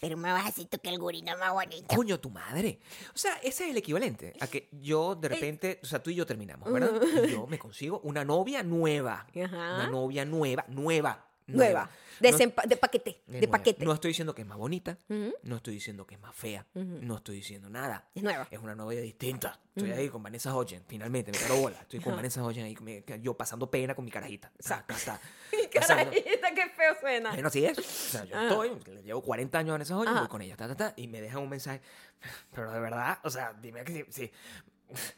S1: Pero me vas a decir tú que el gurí no es más bonito.
S2: Coño, tu madre. O sea, ese es el equivalente a que yo
S1: Eh.
S2: de repente, o sea, tú y yo terminamos, ¿verdad? Y yo me consigo una novia nueva.
S1: Uh. Ajá.
S2: Una novia nueva, nueva.
S1: Nueva,
S2: No-
S1: de, sempa- de paquete,
S2: es
S1: de
S2: nueva.
S1: paquete.
S2: No estoy diciendo que es más bonita,
S1: Ujú.
S2: no estoy diciendo que es más fea, no estoy diciendo nada.
S1: Es nueva.
S2: Es una novia distinta. Estoy ahí con Vanessa Hodgen, finalmente, me paro bola. Estoy con Vanessa Hodgen ahí, me- yo pasando pena con mi carajita. Exacto.
S1: Carajita, qué feo suena.
S2: Bueno, así es. O sea, yo estoy, le llevo 40 años a Vanessa Hodges,
S1: Ajá.
S2: voy con ella, ta, ta, ta, y me dejan un mensaje. Pero de verdad, o sea, dime que si. si-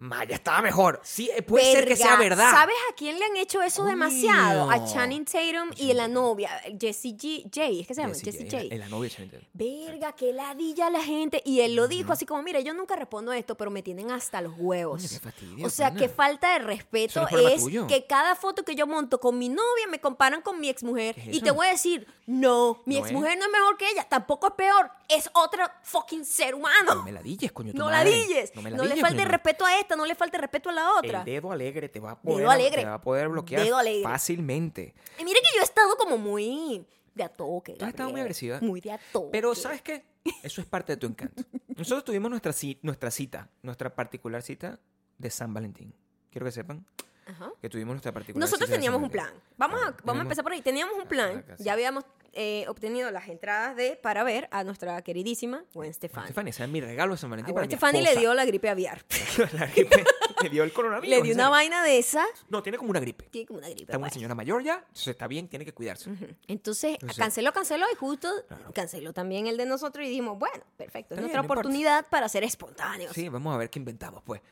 S2: Maya estaba mejor. Sí, eh, puede ser que sea
S1: Verga,
S2: verdad.
S1: ¿Sabes a quién le han hecho eso demasiado? A
S2: Coño.
S1: Channing Tatum y la novia, Jessie G. J. ¿Es que se llama?
S2: Jessie
S1: Jessie
S2: J,
S1: J.
S2: es la- es la novia de Channing Tatum.
S1: Verga, qué ladilla la gente. Y él lo dijo así como, mira, yo nunca respondo a esto, pero me tienen hasta los huevos.
S2: Coño, qué fastidio,
S1: o sea,
S2: pana.
S1: qué falta de
S2: Eso
S1: respeto
S2: no es problema
S1: es
S2: tuyo.
S1: que cada foto que yo monto con mi novia me comparan con mi exmujer.
S2: ¿Qué es
S1: y
S2: eso?
S1: te voy a decir, no, mi
S2: No
S1: exmujer no es mejor que ella, tampoco es peor, es otro fucking ser
S2: No
S1: humano.
S2: me la dilles, coño. tu
S1: No la
S2: madre.
S1: dilles. No,
S2: me
S1: le
S2: dilles,
S1: falte
S2: coño.
S1: respeto a esta, no le falte respeto a la otra.
S2: El dedo alegre te va a poder,
S1: Dedo alegre.
S2: Te va a poder bloquear
S1: Dedo alegre.
S2: fácilmente.
S1: Y mira que yo he estado como muy de a toque.
S2: Tú has estado muy
S1: Gabriel.
S2: agresiva.
S1: Muy de a toque.
S2: Pero ¿sabes qué? Eso es parte de tu encanto. Nosotros tuvimos nuestra, ci- nuestra cita, nuestra particular cita de San Valentín. Quiero que sepan
S1: Ajá.
S2: que tuvimos nuestra particular
S1: Nosotros
S2: cita de San
S1: teníamos un plan.
S2: Valentín.
S1: Vamos a,
S2: Claro,
S1: vamos a
S2: tenemos-
S1: empezar por ahí. Teníamos un plan.
S2: Acá, sí.
S1: Ya habíamos eh, obtenido las entradas de para ver a nuestra queridísima Gwen Stefani.
S2: Estefania, ese es mi regalo de
S1: A
S2: San Valentín.
S1: Gwen
S2: para mi
S1: Stefani le
S2: esposa.
S1: dio la gripe aviar.
S2: La gripe. le dio el coronavirus.
S1: le dio
S2: en
S1: una
S2: serio.
S1: vaina de esa.
S2: No, tiene como una gripe.
S1: Tiene como una gripe.
S2: Está una
S1: aviar.
S2: señora mayor ya, entonces está bien, tiene que cuidarse.
S1: Ujú. Entonces,
S2: Entonces-
S1: canceló, canceló y justo canceló también el de nosotros y dijimos, bueno, perfecto,
S2: Está
S1: es
S2: bien,
S1: nuestra
S2: no importa.
S1: oportunidad para ser espontáneos.
S2: Sí, vamos a ver qué inventamos, pues.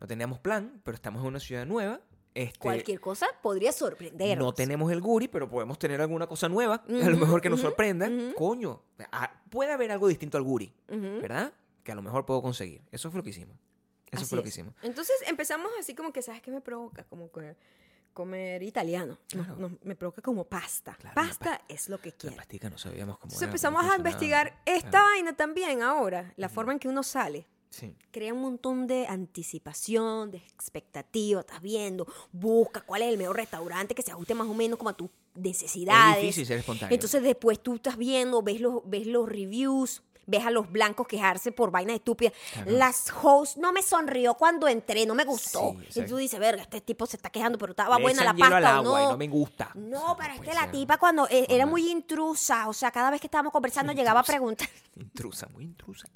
S2: No teníamos plan, pero estamos en una ciudad nueva. Este,
S1: Cualquier cosa podría sorprendernos.
S2: No tenemos el guri, pero podemos tener alguna cosa nueva, a lo mejor que nos sorprenda. Coño, ah, puede haber algo distinto al guri, ¿verdad? Que a lo mejor puedo conseguir. Eso fue lo que hicimos. Eso
S1: Así
S2: fue lo que
S1: es.
S2: hicimos.
S1: Entonces empezamos así como que, ¿sabes qué me provoca? Como que comer italiano. No, no, me provoca como pasta.
S2: Claro, una
S1: pasta es lo que
S2: La
S1: quiero.
S2: pastica no sabíamos cómo
S1: Entonces
S2: era, cómo
S1: empezamos a
S2: funcionaba.
S1: investigar esta
S2: Claro.
S1: vaina también ahora, la forma en que uno sale.
S2: Sí.
S1: Crea un montón de anticipación, de expectativa. Estás viendo, busca cuál es el mejor restaurante que se ajuste más o menos como a tus necesidades.
S2: Es difícil ser espontáneo.
S1: Entonces después tú estás viendo, ves los, ves los reviews, ves a los blancos quejarse por vainas estúpidas.
S2: Claro.
S1: Las hosts no me sonrió cuando entré, no me gustó.
S2: Sí, exacto.
S1: y tú dices, verga, este tipo se está quejando, pero estaba
S2: Le
S1: buena la
S2: echan hielo
S1: pasta
S2: al
S1: o
S2: agua y
S1: no.
S2: no me gusta. O sea,
S1: No, pero es
S2: puede
S1: que la
S2: ser.
S1: tipa cuando eh, era
S2: Normal.
S1: muy intrusa, o sea, cada vez que estábamos conversando llegaba a preguntar.
S2: Intrusa, muy intrusa.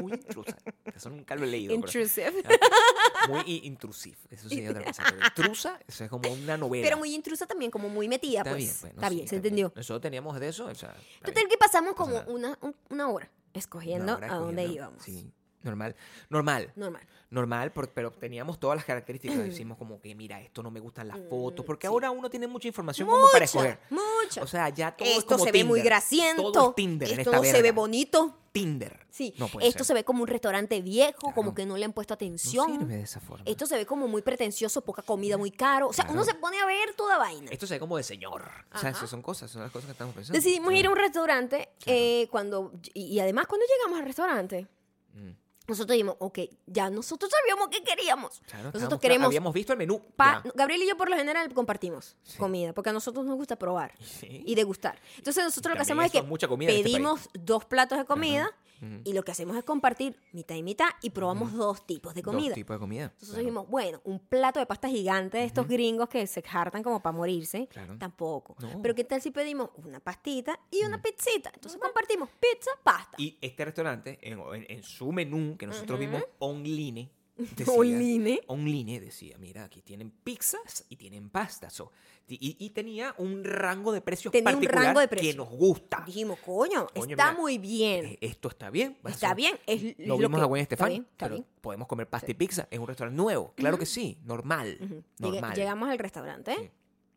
S2: Muy intrusa. Eso nunca lo he leído. pero-
S1: Intrusive.
S2: Ah, Muy i- intrusive. Eso sí es otra cosa. Pero intrusa, eso es como una novela.
S1: Pero muy intrusa también, como muy metida,
S2: Está
S1: pues.
S2: bien, bueno,
S1: está
S2: sí,
S1: bien, se
S2: bien.
S1: entendió.
S2: Nosotros teníamos de eso. O sea, está bien.
S1: Total que pasamos como
S2: nada.
S1: una, un- una hora escogiendo
S2: Una hora
S1: a dónde
S2: escogiendo.
S1: íbamos.
S2: Sí, normal. Normal.
S1: Normal.
S2: Normal, por- pero teníamos todas las
S1: Mm.
S2: características. Decimos como que, mira, esto no me gustan las fotos, porque ahora uno tiene mucha información como para escoger.
S1: mucha.
S2: O sea, ya todo es
S1: esto
S2: como
S1: se ve
S2: Tinder.
S1: muy grasiento.
S2: Todo es Tinder en
S1: esto
S2: esta
S1: no se ve
S2: verga.
S1: bonito.
S2: Tinder.
S1: Sí,
S2: No puede
S1: esto se
S2: ser.
S1: ve como un restaurante viejo, como
S2: Claro.
S1: que no le han puesto
S2: No
S1: atención.
S2: sirve de esa forma.
S1: esto se ve como muy pretencioso, poca comida, muy caro. O sea, uno
S2: Claro.
S1: se pone a ver toda vaina.
S2: Esto se ve como de señor. O
S1: Ajá.
S2: sea, esas son cosas, son las cosas que estamos pensando.
S1: Decidimos ir a un restaurante
S2: Claro.
S1: eh, cuando y, y además cuando llegamos al restaurante
S2: Mm.
S1: nosotros dijimos, ok, ya nosotros sabíamos qué queríamos.
S2: Claro,
S1: nosotros
S2: estábamos-
S1: queremos
S2: Habíamos visto el menú.
S1: pa-
S2: ya.
S1: Gabriel y yo por lo general compartimos
S2: Sí.
S1: comida porque a nosotros nos gusta probar
S2: Sí.
S1: y degustar. Entonces nosotros lo que hacemos
S2: También
S1: es
S2: eso
S1: que
S2: es mucha comida en este
S1: pedimos dos platos de comida
S2: Ujú.
S1: y lo que hacemos es compartir mitad y mitad y probamos dos tipos de comida.
S2: Dos tipos de comida.
S1: Entonces
S2: claro.
S1: dijimos, bueno, un plato de pasta gigante de estos gringos que se hartan como para morirse,
S2: Claro.
S1: tampoco.
S2: No. Mm.
S1: Pero ¿qué tal si pedimos una pastita y una pizzita? Entonces compartimos pizza, pasta.
S2: Y este restaurante, en, en- en su menú que nosotros vimos online, decía,
S1: Online.
S2: online decía, mira, aquí tienen pizzas y tienen pastas. o- y, y- y tenía un rango de precios
S1: Tenía un
S2: particular
S1: rango de
S2: que
S1: precios.
S2: nos gusta.
S1: Dijimos, coño,
S2: Coño,
S1: está
S2: mira,
S1: muy bien.
S2: Eh, Esto está bien. va a
S1: Está
S2: ser-
S1: bien, es l-
S2: Lo
S1: lo
S2: vimos
S1: que-
S2: a Gwen
S1: está
S2: Estefan.
S1: bien, está
S2: pero
S1: bien.
S2: Podemos comer pasta y pizza en un restaurante nuevo. Claro que sí. Normal.
S1: Ujú. Llegué-
S2: Normal.
S1: llegamos al restaurante
S2: Sí.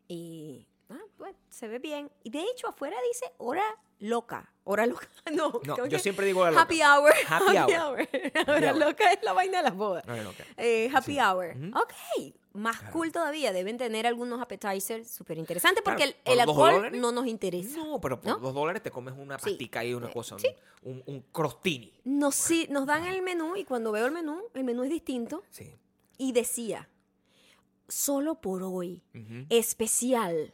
S1: y ah, pues, se ve bien. Y de hecho, afuera dice hora loca. Hora loca. No,
S2: No,
S1: creo
S2: yo
S1: que-
S2: siempre digo hora loca.
S1: Happy hour.
S2: Happy hour.
S1: Hora
S2: hour.
S1: loca es la vaina de las bodas.
S2: Hora loca.
S1: Eh, happy
S2: Sí.
S1: hour.
S2: Ujú.
S1: Ok. Más cool todavía. Deben tener algunos appetizers súper interesantes porque
S2: Claro,
S1: el, el
S2: por dos
S1: alcohol
S2: dólares.
S1: no nos interesa.
S2: No, pero por
S1: ¿No?
S2: dos dólares te comes una
S1: Sí. Eh,
S2: pastica y una cosa. un-
S1: sí.
S2: Un, un crostini.
S1: Nos, sí, nos dan el menú y cuando veo el menú, el menú es distinto.
S2: Sí.
S1: Y decía, solo por hoy,
S2: Ujú.
S1: especial,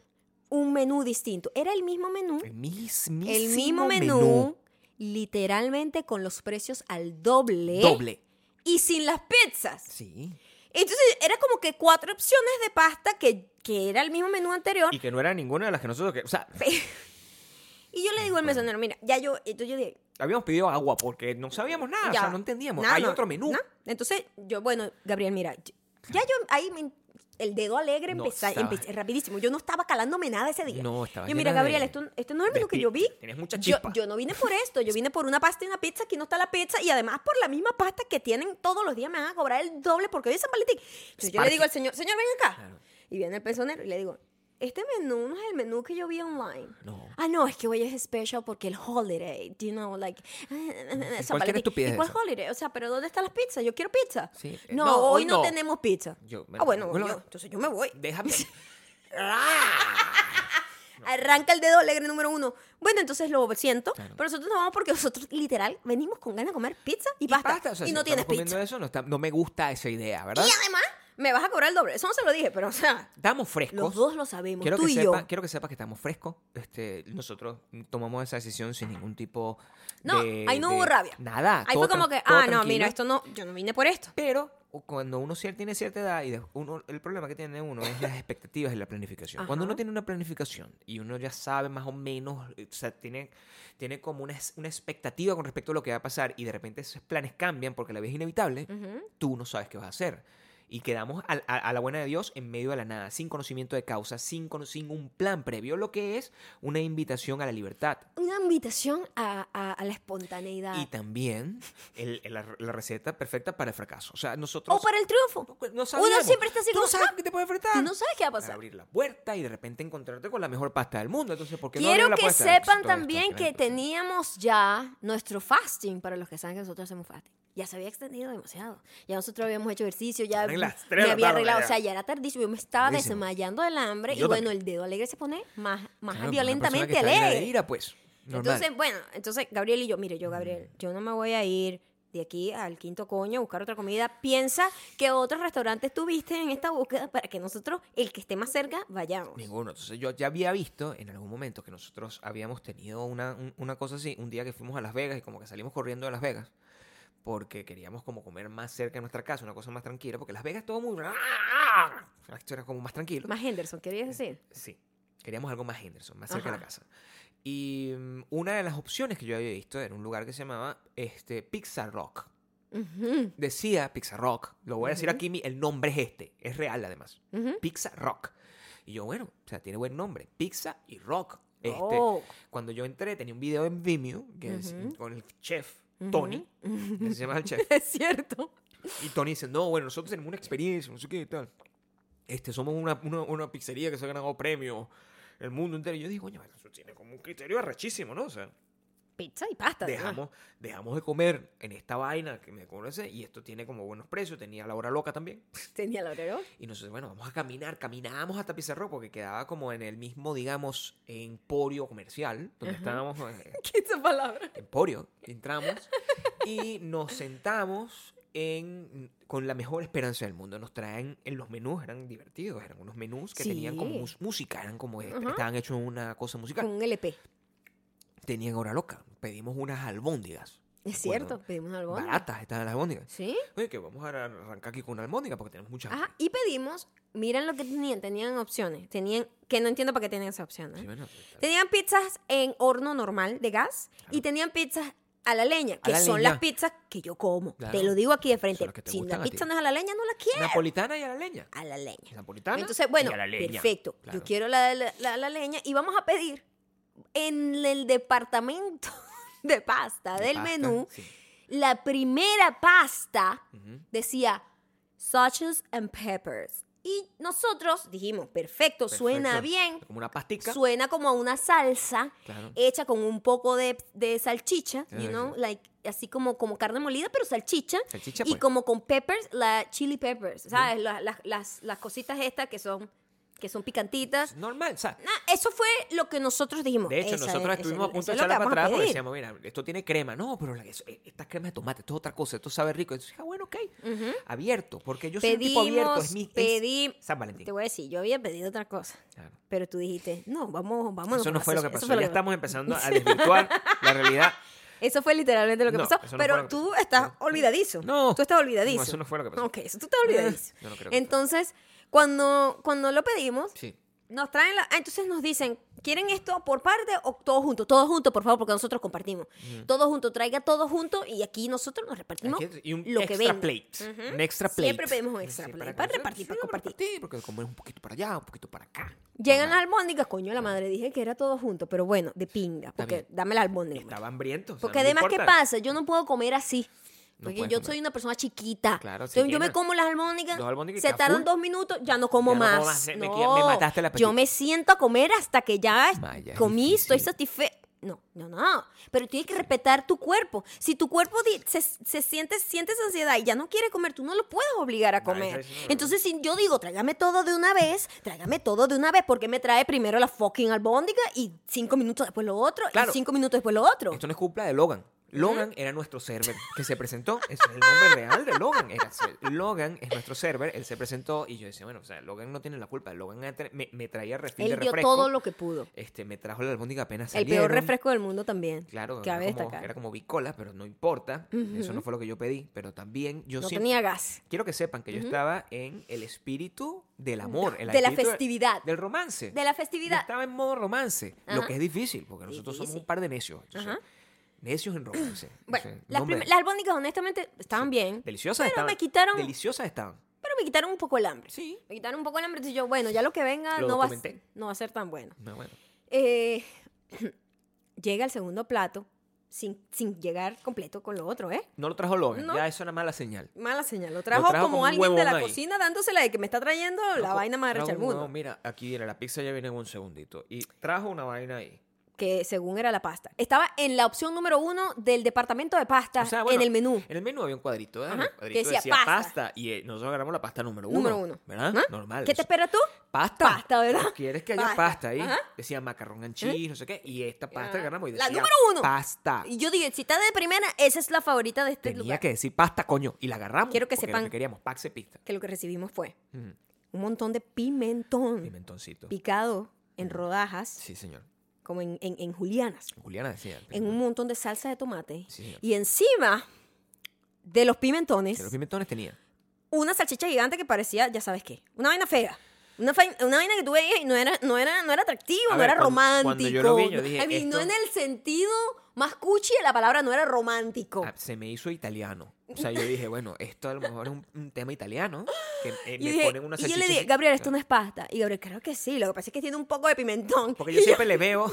S1: un menú distinto. Era el mismo menú,
S2: El mismísimo
S1: el mismo menú, literalmente con los precios al doble.
S2: Doble.
S1: Y sin las pizzas.
S2: Sí.
S1: Entonces era como que cuatro opciones de pasta que, que era el mismo menú anterior.
S2: Y que no era ninguna de las que nosotros... que- o sea,
S1: Y yo le digo al mesonero, mira, ya yo, entonces yo dije,
S2: habíamos pedido agua porque no sabíamos nada.
S1: ya,
S2: O sea, no entendíamos.
S1: nada,
S2: Hay
S1: no,
S2: otro menú.
S1: no. Entonces yo, bueno, Gabriel, mira, yo- ya yo ahí me- el dedo alegre
S2: No
S1: empezá-
S2: estaba-
S1: empecé rapidísimo. Yo no estaba calándome nada ese día.
S2: No, estaba
S1: Yo, mira,
S2: llena de-
S1: Gabriel, esto, esto no es el menú que yo vi.
S2: Despierta, tienes mucha
S1: yo,
S2: chispa.
S1: yo no vine por esto, yo vine por una pasta y una pizza, aquí no está la pizza, y además por la misma pasta que tienen todos los días me van a cobrar el doble porque hoy es San Valentín. Entonces yo le
S2: Sparky.
S1: digo al señor, señor, ven acá.
S2: Claro.
S1: Y viene el personero y le digo, este menú no es el menú que yo vi online.
S2: No.
S1: Ah, no, es que hoy es especial porque el holiday, you know, like, San
S2: cualquier
S1: Valentín.
S2: estupidez
S1: ¿Y cuál
S2: esa.
S1: holiday? O sea, pero ¿dónde están las pizzas? Yo quiero pizza.
S2: Sí, eh,
S1: No,
S2: no,
S1: hoy,
S2: hoy
S1: no,
S2: no.
S1: tenemos pizza.
S2: Yo-
S1: ah, bueno,
S2: bueno,
S1: yo- entonces yo me voy.
S2: Déjame.
S1: Arranca el dedo alegre número uno. Bueno, entonces lo siento,
S2: Claro.
S1: pero nosotros no vamos porque nosotros literal venimos con ganas de comer pizza y, pasta.
S2: o sea,
S1: y
S2: si
S1: no
S2: estamos
S1: tienes
S2: comiendo
S1: pizza.
S2: Eso, no, está- no me gusta esa idea, ¿verdad?
S1: Y además, me vas a cobrar el doble. Eso no se lo dije, pero o sea,
S2: Estamos frescos.
S1: los dos lo sabemos,
S2: Quiero
S1: tú
S2: que,
S1: y
S2: sepa,
S1: yo.
S2: quiero que sepa que estamos frescos. Este, nosotros tomamos esa decisión sin ningún tipo
S1: No,
S2: de...
S1: ahí no
S2: de-
S1: hubo rabia.
S2: Nada.
S1: Ahí
S2: todo
S1: fue como
S2: tran-
S1: que,
S2: todo
S1: ah, no, mira,
S2: tranquilo.
S1: esto no, yo no vine por esto.
S2: Pero o cuando uno cier- tiene cierta edad, y de- uno, el problema que tiene uno es las expectativas y la planificación. Cuando
S1: Ajá.
S2: uno tiene una planificación y uno ya sabe más o menos, eh, o sea, tiene, tiene como una, es- una expectativa con respecto a lo que va a pasar y de repente esos planes cambian porque la vida es inevitable,
S1: Ujú.
S2: tú no sabes qué vas a hacer. Y quedamos al- a, a la buena de Dios en medio de la nada, sin conocimiento de causa, sin, cono- sin un plan previo, lo que es una invitación a la libertad.
S1: Una invitación a, a- a la espontaneidad.
S2: Y también el- el- la, la receta perfecta para el fracaso. O sea, nosotros...
S1: O para el triunfo.
S2: pues, No
S1: Uno
S2: sabíamos.
S1: siempre está así
S2: Tú no
S1: como,
S2: sabes
S1: ah,
S2: qué te puede enfrentar.
S1: Tú no sabes qué va a
S2: Para
S1: pasar.
S2: abrir la puerta y de repente encontrarte con la mejor pasta del mundo. Entonces, ¿por qué no
S1: Quiero
S2: abrir la
S1: que
S2: puerta?
S1: sepan
S2: Entonces, todo esto,
S1: también
S2: al
S1: que
S2: final, pues,
S1: teníamos ya nuestro fasting, para los que saben que nosotros hacemos fasting. Ya se había extendido demasiado. Ya nosotros habíamos hecho ejercicio, ya
S2: Eran las tres
S1: me
S2: de la
S1: había
S2: tarde
S1: arreglado.
S2: ya.
S1: O sea, ya era tardísimo. Yo me estaba
S2: Tardísimo.
S1: desmayando del hambre.
S2: Y
S1: Y,
S2: yo
S1: bueno,
S2: también.
S1: el dedo alegre se pone más, más
S2: claro,
S1: violentamente
S2: para una persona que está en la
S1: alegre.
S2: ira, pues. Normal. Mm.
S1: Entonces, bueno, entonces Gabriel y yo, mire, yo Gabriel, yo no me voy a ir de aquí al quinto coño, buscar otra comida. Piensa que otros restaurantes tuviste en esta búsqueda para que nosotros, el que esté más cerca, vayamos.
S2: Ninguno. Entonces yo ya había visto en algún momento que nosotros habíamos tenido una, un- una cosa así, un día que fuimos a Las Vegas y como que salimos corriendo de Las Vegas porque queríamos como comer más cerca de nuestra casa, una cosa más tranquila, porque Las Vegas todo muy... ¡ah! Esto era como más tranquilo.
S1: Más Henderson, ¿querías decir?
S2: Sí, queríamos algo más Henderson, más cerca de la
S1: Ajá.
S2: casa. Y mm, una de las opciones que yo había visto era un lugar que se llamaba este, Pizza Rock.
S1: Ujú,
S2: Decía Pizza Rock, lo voy a decir
S1: Ujú.
S2: aquí, mi- el nombre es este, es real además.
S1: ujú.
S2: Pizza Rock. Y yo, bueno, o sea, tiene buen nombre. Pizza y Rock. Este,
S1: Oh.
S2: Cuando yo entré, tenía un video en Vimeo que es-
S1: Ujú.
S2: con el chef
S1: Ujú.
S2: Tony. que se llama el chef.
S1: Es cierto.
S2: Y Tony dice, no, bueno, nosotros tenemos una experiencia, no sé qué y tal. Este, somos una, una, una pizzería que se ha ganado premios el mundo entero. Y yo digo, coño, bueno, eso tiene como un criterio arrechísimo, ¿no? O sea,
S1: Pizza y pasta. además.
S2: dejamos, dejamos de comer en esta vaina que me conoce y esto tiene como buenos precios. Tenía la hora loca también.
S1: Tenía el orero.
S2: Y nosotros, bueno, vamos a caminar. Caminábamos hasta Pizarro porque quedaba como en el mismo, digamos, emporio comercial donde
S1: Ajá.
S2: estábamos. eh,
S1: ¿Qué es esa palabra?
S2: emporio. Entramos y nos sentamos en, con la mejor esperanza del mundo. Nos traen en los menús, eran divertidos, eran unos menús que tenían como
S1: Sí.
S2: mus- música, eran como est-
S1: Ajá.
S2: estaban hechos una cosa musical.
S1: Con un LP.
S2: Tenían hora loca. Pedimos unas albóndigas.
S1: Es
S2: Me acuerdo.
S1: cierto, pedimos algo.
S2: Baratas estaban las albóndigas.
S1: ¿Sí?
S2: Oye, que vamos a arrancar aquí con una albóndiga porque tenemos muchas.
S1: Ajá, y pedimos, miran lo que tenían, tenían opciones, tenían, que no entiendo para qué tenían esa opción, ¿eh?
S2: Sí, bueno,
S1: Tenían pizzas en horno normal de gas y tenían pizzas a la leña, que
S2: la
S1: son
S2: leña.
S1: las pizzas que yo como,
S2: Claro.
S1: te lo digo aquí de
S2: Son
S1: frente,
S2: las que te
S1: si
S2: gustan
S1: la
S2: a ti.
S1: pizza no es a la leña, no la quiero,
S2: Napolitana y a la leña.
S1: a la leña.
S2: Napolitana.
S1: Entonces, bueno,
S2: y a la leña.
S1: perfecto,
S2: Claro.
S1: yo quiero la, la, la- la leña y vamos a pedir en el departamento de pasta
S2: De
S1: del
S2: pasta,
S1: menú,
S2: sí.
S1: la primera pasta
S2: Ujú.
S1: decía sausages and peppers. Y nosotros dijimos, perfecto, suena
S2: Perfecto.
S1: bien,
S2: Como una pastica.
S1: suena como a una salsa
S2: Claro.
S1: hecha con un poco de, de salchicha, you
S2: Ajá.
S1: know, like, así como, como carne molida, pero salchicha.
S2: Salchicha,
S1: y
S2: pues.
S1: como con peppers, la chili peppers, ¿sabes? La- las, las- las cositas estas que son, que son picantitas.
S2: Normal, o sea,
S1: Nah, eso fue lo que nosotros dijimos.
S2: De hecho,
S1: Esa
S2: nosotros
S1: es-
S2: estuvimos
S1: esa-
S2: a punto
S1: eso
S2: de
S1: es lo que vamos
S2: echarla para
S1: a
S2: atrás porque
S1: pedir.
S2: decíamos, mira, esto tiene crema. No, pero la- eso- eh, esta crema de tomate, esto es otra cosa, esto sabe rico. Entonces dije, ah, bueno, ok. Abierto, porque yo soy un tipo abierto. Es mi es
S1: pedí-
S2: San Valentín.
S1: Te voy a decir, yo había pedido otra cosa.
S2: Claro.
S1: Pero tú dijiste, no, vamos, vamos.
S2: Eso no fue lo que pasó.
S1: Eso fue,
S2: ya estamos empezando a desvirtuar la realidad.
S1: eso fue literalmente lo que
S2: No,
S1: pasó.
S2: eso no
S1: pero
S2: fue lo que
S1: tú
S2: pasó.
S1: estás
S2: No.
S1: olvidadizo.
S2: No.
S1: Tú estás olvidadizo.
S2: No, eso no fue lo que pasó.
S1: Ok, eso tú estás olvidadizo.
S2: Yo no creo que-
S1: entonces, cuando, cuando lo pedimos,
S2: Sí.
S1: nos traen la- ah, entonces nos dicen, ¿quieren esto por parte o todo junto? Todo junto, por favor, porque nosotros compartimos. Todo junto, traiga todo junto y aquí nosotros nos repartimos
S2: Aquí- y un
S1: lo que
S2: extra
S1: venga.
S2: plate.
S1: Ujú.
S2: Un extra plate.
S1: Siempre pedimos un extra
S2: Sí,
S1: plate
S2: que
S1: para
S2: nosotros-
S1: repartir, para
S2: sí,
S1: compartir.
S2: Porque comer un poquito para allá, un poquito para acá.
S1: Llegan las
S2: Normal.
S1: albóndigas, coño, la madre, dije que era todo junto, pero bueno, de pinga, porque
S2: bien.
S1: dame la albóndiga.
S2: Estaba hambriento. o sea,
S1: Porque
S2: no me
S1: además, ¿qué
S2: importa.
S1: pasa? Yo no puedo comer así.
S2: No
S1: Porque
S2: puedes
S1: yo
S2: comer.
S1: soy una persona chiquita.
S2: Claro, se
S1: Entonces, yo me
S2: llena.
S1: como las albóndigas,
S2: Dos albóndigas y
S1: se
S2: queda
S1: tardan
S2: full.
S1: dos minutos, ya no como
S2: Ya no
S1: más.
S2: como más, me- me queda- me mataste el apetito.
S1: Yo me siento a comer hasta que ya est-
S2: Vaya, es
S1: comí, estoy
S2: difícil.
S1: satisfecha. No, no, no. Pero tienes que respetar tu cuerpo. Si tu cuerpo di- se, se siente, sientes ansiedad y ya no quiere comer, tú no lo puedes obligar a
S2: No, eso
S1: comer.
S2: es una-
S1: Entonces, si yo digo, tráigame todo de una vez, tráigame todo de una vez, porque me trae primero la fucking albóndiga y cinco minutos después lo otro,
S2: Claro.
S1: y cinco minutos después lo otro.
S2: Esto no es culpa de Logan. Logan era nuestro server que se presentó. Ese es el nombre real de Logan. Era ser- Logan es nuestro server. Él se presentó y yo decía, bueno, o sea, Logan no tiene la culpa. Logan atre- me, me traía refil de
S1: Él dio
S2: refresco.
S1: todo lo que pudo.
S2: Este, me trajo la albóndiga apenas
S1: El
S2: salieron.
S1: peor refresco del mundo también.
S2: Claro,
S1: que cabe
S2: era como,
S1: destacar.
S2: era como bicola, pero no importa. Eso no fue lo que yo pedí. Pero también yo
S1: no
S2: siempre-
S1: tenía gas.
S2: Quiero que sepan que yo estaba en el espíritu del amor. el
S1: Mm. De la
S2: espíritu
S1: festividad.
S2: Del romance.
S1: De la
S2: Yo
S1: festividad.
S2: estaba en modo romance, lo
S1: Ajá.
S2: que es difícil, porque nosotros somos
S1: Difícil.
S2: un par de necios. entonces,
S1: Ajá.
S2: necios en romance.
S1: Bueno,
S2: entonces,
S1: las,
S2: no, hombre,
S1: prim- las albóndigas honestamente estaban bien.
S2: deliciosas
S1: pero
S2: estaban.
S1: me quitaron-
S2: Deliciosas estaban.
S1: Pero me quitaron un poco el hambre.
S2: Sí.
S1: Me quitaron un poco el hambre. Entonces yo, bueno, ya lo que venga
S2: Lo
S1: no va, a,
S2: documenté.
S1: no va a ser tan bueno.
S2: No, bueno.
S1: Eh, llega el segundo plato sin, sin llegar completo con lo otro, ¿eh?
S2: No lo trajo Logan,
S1: No.
S2: ya eso era mala señal.
S1: Mala señal. Lo trajo,
S2: trajo
S1: como,
S2: como un
S1: alguien de la
S2: huevón ahí.
S1: cocina dándosela de que me está trayendo la
S2: Trajo-
S1: vaina más
S2: trajo
S1: recha del
S2: un huevo,
S1: mundo.
S2: mira, aquí viene la pizza, ya viene en un segundito. Y trajo una vaina ahí.
S1: que según era la pasta. Estaba en la opción número uno del departamento de pasta
S2: O sea, bueno,
S1: en el menú.
S2: En el menú había un cuadrito, ¿eh?
S1: Ajá,
S2: Un cuadrito
S1: que decía pasta.
S2: Y eh, nosotros agarramos la pasta número uno.
S1: Número uno.
S2: ¿Verdad?
S1: Ajá.
S2: Normal.
S1: ¿Qué te espera tú?
S2: Pasta.
S1: Pasta, ¿verdad?
S2: ¿Quieres que haya
S1: Pasta.
S2: pasta, ahí?
S1: Ajá. Ah.
S2: Decía macarrón and cheese, no sé qué. Y esta pasta que agarramos y
S1: La
S2: decía
S1: número uno.
S2: Pasta.
S1: Y yo dije, si está de primera, esa es la favorita de este
S2: Ah. Tenía
S1: lugar.
S2: que decir pasta, coño. Y la agarramos.
S1: Quiero que
S2: porque era
S1: sepan-
S2: lo queríamos pack se pista.
S1: que lo que recibimos fue
S2: Mm,
S1: un montón de pimentón
S2: Pimentoncito.
S1: picado en rodajas,
S2: Sí, señor.
S1: como en, en- en julianas,
S2: Juliana decía. el
S1: en
S2: pimentón.
S1: un montón de salsa de tomate.
S2: Sí, señor.
S1: y encima de los pimentones,
S2: Que los pimentones tenía.
S1: una salchicha gigante que parecía, ya sabes qué, una vaina fea. Una, fa- una vaina que tú veías y no era, no era, no era atractivo,
S2: A
S1: no
S2: ver,
S1: era
S2: cuando-
S1: romántico.
S2: cuando yo lo vi, yo
S1: no-
S2: dije,
S1: I mean, no en
S2: esto-
S1: el sentido más cuchi de la palabra, no era romántico.
S2: Ah, se me hizo italiano. O sea, yo dije, bueno, esto a lo mejor es un, un tema italiano. Que eh,
S1: Y,
S2: me
S1: dije-
S2: ponen una
S1: y yo
S2: salchicha
S1: le dije,
S2: así.
S1: Gabriel, esto no es pasta. Y Gabriel, creo que sí, lo que pasa es que tiene un poco de pimentón.
S2: Porque yo
S1: Y
S2: siempre le veo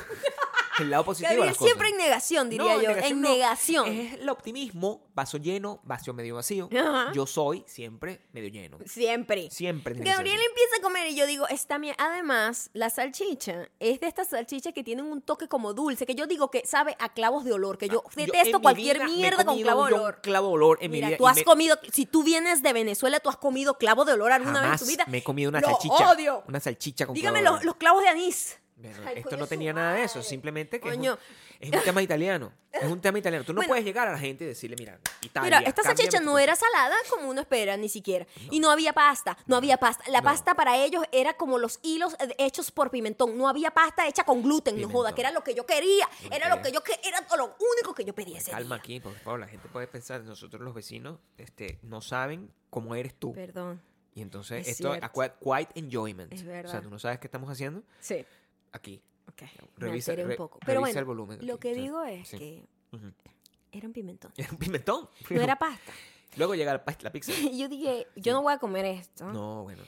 S2: el lado positivo a
S1: Gabriel
S2: las cosas.
S1: siempre en negación, diría yo. en
S2: no.
S1: negación.
S2: Es el optimismo, vaso lleno, vaso medio vacío.
S1: Ajá.
S2: Yo soy siempre medio lleno.
S1: Siempre.
S2: Siempre. tiene que ser
S1: Gabriel
S2: así.
S1: empieza a comer y yo digo, está bien. Además, la salchicha es de estas salchichas que tienen un toque como dulce, que yo digo que sabe a clavos de olor, que yo
S2: Ah, en
S1: em, detesto
S2: mi
S1: cualquier
S2: vida me he
S1: mierda con
S2: comido
S1: clavo de
S2: yo un
S1: olor.
S2: clavo de olor en mi
S1: Mira,
S2: vida
S1: tú
S2: y
S1: has
S2: me-
S1: comido, si tú vienes de Venezuela, tú has comido clavo de olor alguna vez en
S2: jamás
S1: tu vida.
S2: me he comido una
S1: ¡Lo
S2: salchicha.
S1: odio!
S2: Una salchicha con
S1: Dígame
S2: clavo de
S1: los,
S2: olor.
S1: los clavos de anís.
S2: Bueno,
S1: Ay,
S2: esto
S1: coño,
S2: no
S1: su
S2: tenía nada de eso,
S1: madre.
S2: simplemente que es un,
S1: Coño.
S2: es un tema italiano. Es un tema italiano. Tú no
S1: Bueno.
S2: puedes llegar a la gente y decirle, mira, Italia.
S1: Mira, esta
S2: cámbiame
S1: salchicha
S2: tu
S1: no
S2: cosa.
S1: era salada como uno espera, ni siquiera. Y no había pasta, no había pasta. La
S2: No.
S1: pasta para ellos era como los hilos eh, hechos por pimentón. No había pasta hecha con gluten, no joda,
S2: Pimentón.
S1: que era lo que yo quería.
S2: Ok.
S1: Era lo que yo que era lo único que yo pedía ese
S2: Calma
S1: día.
S2: aquí, por favor, la gente puede pensar, nosotros los vecinos este, no saben cómo eres tú.
S1: Perdón.
S2: Y entonces
S1: Es
S2: esto es
S1: cierto.
S2: quite, quite enjoyment.
S1: Es
S2: O
S1: verdad.
S2: sea, tú no sabes qué estamos haciendo
S1: Sí.
S2: aquí.
S1: Ok.
S2: Revisa-
S1: me alteré
S2: re-
S1: un poco. Pero
S2: revisa
S1: bueno,
S2: el volumen
S1: lo
S2: aquí,
S1: que
S2: sí.
S1: digo es
S2: Sí.
S1: que
S2: Ujú.
S1: era un pimentón.
S2: Era un pimentón.
S1: No era pasta.
S2: Luego llega la, pas- la pizza.
S1: Y yo dije, yo no voy a comer esto.
S2: No, bueno.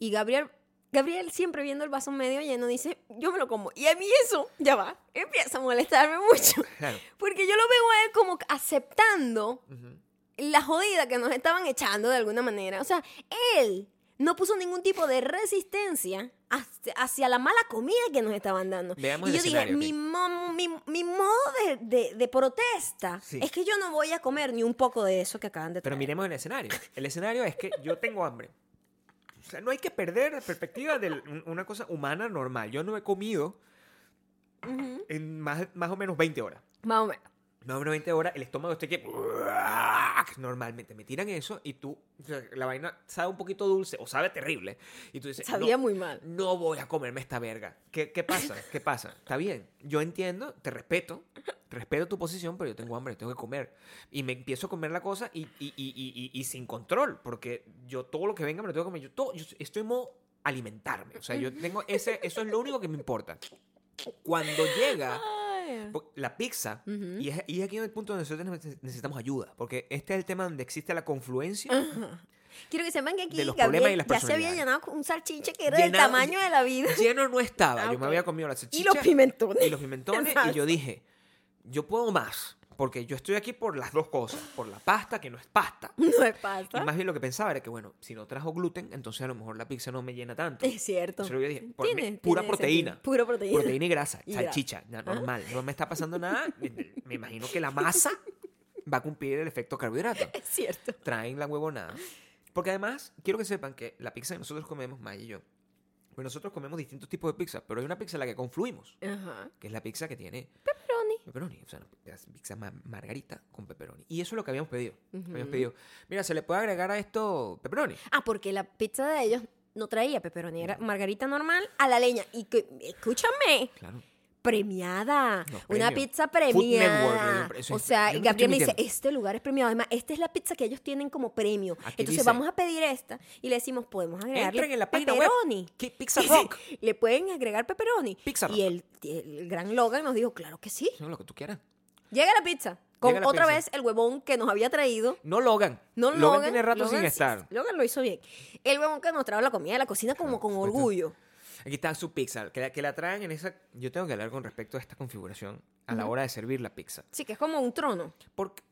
S1: Y Gabriel, Gabriel siempre viendo el vaso medio lleno dice, yo me lo como. Y a mí eso, ya va, empieza a molestarme mucho.
S2: Claro.
S1: Porque yo lo veo a él como aceptando
S2: Ujú.
S1: la jodida que nos estaban echando de alguna manera. O sea, él no puso ningún tipo de resistencia hacia, hacia la mala comida que nos estaban dando.
S2: Veamos
S1: y
S2: el
S1: yo dije,
S2: escenario, ok.
S1: mi, mo- mi, mi modo de, de- de protesta
S2: Sí.
S1: es que yo no voy a comer ni un poco de eso que acaban de
S2: Pero
S1: traer.
S2: miremos el escenario. El escenario es que yo tengo hambre. O sea, no hay que perder la perspectiva de un- una cosa humana normal. Yo no he comido en más, más o menos 20 horas.
S1: Más o menos.
S2: Más o menos 20 horas, el estómago está que... Normalmente me tiran eso y tú... o sea, La vaina sabe un poquito dulce o sabe terrible. Y tú dices... no,
S1: Sabía muy mal.
S2: no voy a comerme esta verga. ¿Qué, qué pasa? ¿Qué pasa? Está bien, yo entiendo, te respeto, respeto tu posición, pero yo tengo hambre, tengo que comer. Y me empiezo a comer la cosa y, y- y- y- y- y sin control, porque yo todo lo que venga me lo tengo que comer. Yo, todo, yo estoy en modo alimentarme. O sea, yo tengo ese, eso es lo único que me importa. Cuando llega po- la pizza, y, es, y es aquí el punto donde nosotros neces- necesitamos ayuda, porque este es el tema donde existe la confluencia.
S1: Ah, Quiero que sepan que aquí
S2: De los problemas y
S1: Gabriel
S2: las
S1: ya se había
S2: personalidades.
S1: llenado con un salchiche que era del
S2: Llenado-
S1: tamaño de la vida.
S2: Lleno no estaba,
S1: Ah,
S2: yo
S1: ok.
S2: me había comido la salchicha.
S1: Y los pimentones.
S2: y los pimentones y yo dije, yo puedo más, porque yo estoy aquí por las dos cosas, por la pasta que no es pasta.
S1: No es
S2: Y
S1: pasta.
S2: más bien lo que pensaba era que bueno, si no trajo gluten, entonces a lo mejor la pizza no me llena tanto.
S1: Es cierto.
S2: Entonces yo dije, ponme
S1: Tiene-
S2: pura
S1: tiene
S2: proteína.
S1: sentido. Pura proteína.
S2: Proteína y grasa,
S1: Y grasa.
S2: salchicha, ya, normal, no me está pasando nada, me, me imagino que la masa va a cumplir el efecto carbohidrato.
S1: Es cierto.
S2: Traen la huevonada. Porque además, quiero que sepan que la pizza que nosotros comemos, Maya y yo, pues nosotros comemos distintos tipos de pizza, pero hay una pizza en la que confluimos,
S1: Ajá.
S2: que es la pizza que tiene
S1: Pepperoni.
S2: Pepperoni, o sea, las pizza ma- margarita con pepperoni. Y eso es lo que habíamos pedido.
S1: Ujú.
S2: Habíamos pedido, mira, se le puede agregar a esto pepperoni.
S1: Ah, porque la pizza de ellos no traía pepperoni, era margarita normal a la leña. Y que, escúchame,
S2: Claro.
S1: premiada.
S2: No,
S1: Una
S2: premio.
S1: pizza
S2: Food Network le dio
S1: premiada.
S2: un pre- eso
S1: o
S2: es-
S1: sea, y
S2: yo no te estoy
S1: Gabriel me dice,
S2: mintiendo.
S1: este lugar es premiado. Además, esta es la pizza que ellos tienen como premio.
S2: Aquí
S1: Entonces
S2: dice-
S1: vamos a pedir esta y le decimos, podemos agregarle
S2: Entren en la página web.
S1: pepperoni.
S2: ¿Qué pizza rock?
S1: Le pueden agregar pepperoni.
S2: Pizza
S1: y
S2: Rock.
S1: el, el gran Logan nos dijo, claro que sí.
S2: No, lo que tú quieras.
S1: Llega la pizza. Con
S2: Llega la
S1: otra
S2: pizza.
S1: vez el huevón que nos había traído.
S2: No Logan.
S1: No
S2: Logan.
S1: Logan.
S2: tiene rato
S1: Logan
S2: sin
S1: sí-
S2: estar.
S1: Logan lo hizo bien. El huevón que nos trajo la comida de la cocina como con
S2: supuesto.
S1: orgullo.
S2: Aquí está su pizza, que la, que la traen en esa... Yo tengo que hablar con respecto a esta configuración a la hora de servir la pizza.
S1: Sí, que es como un trono.
S2: Porque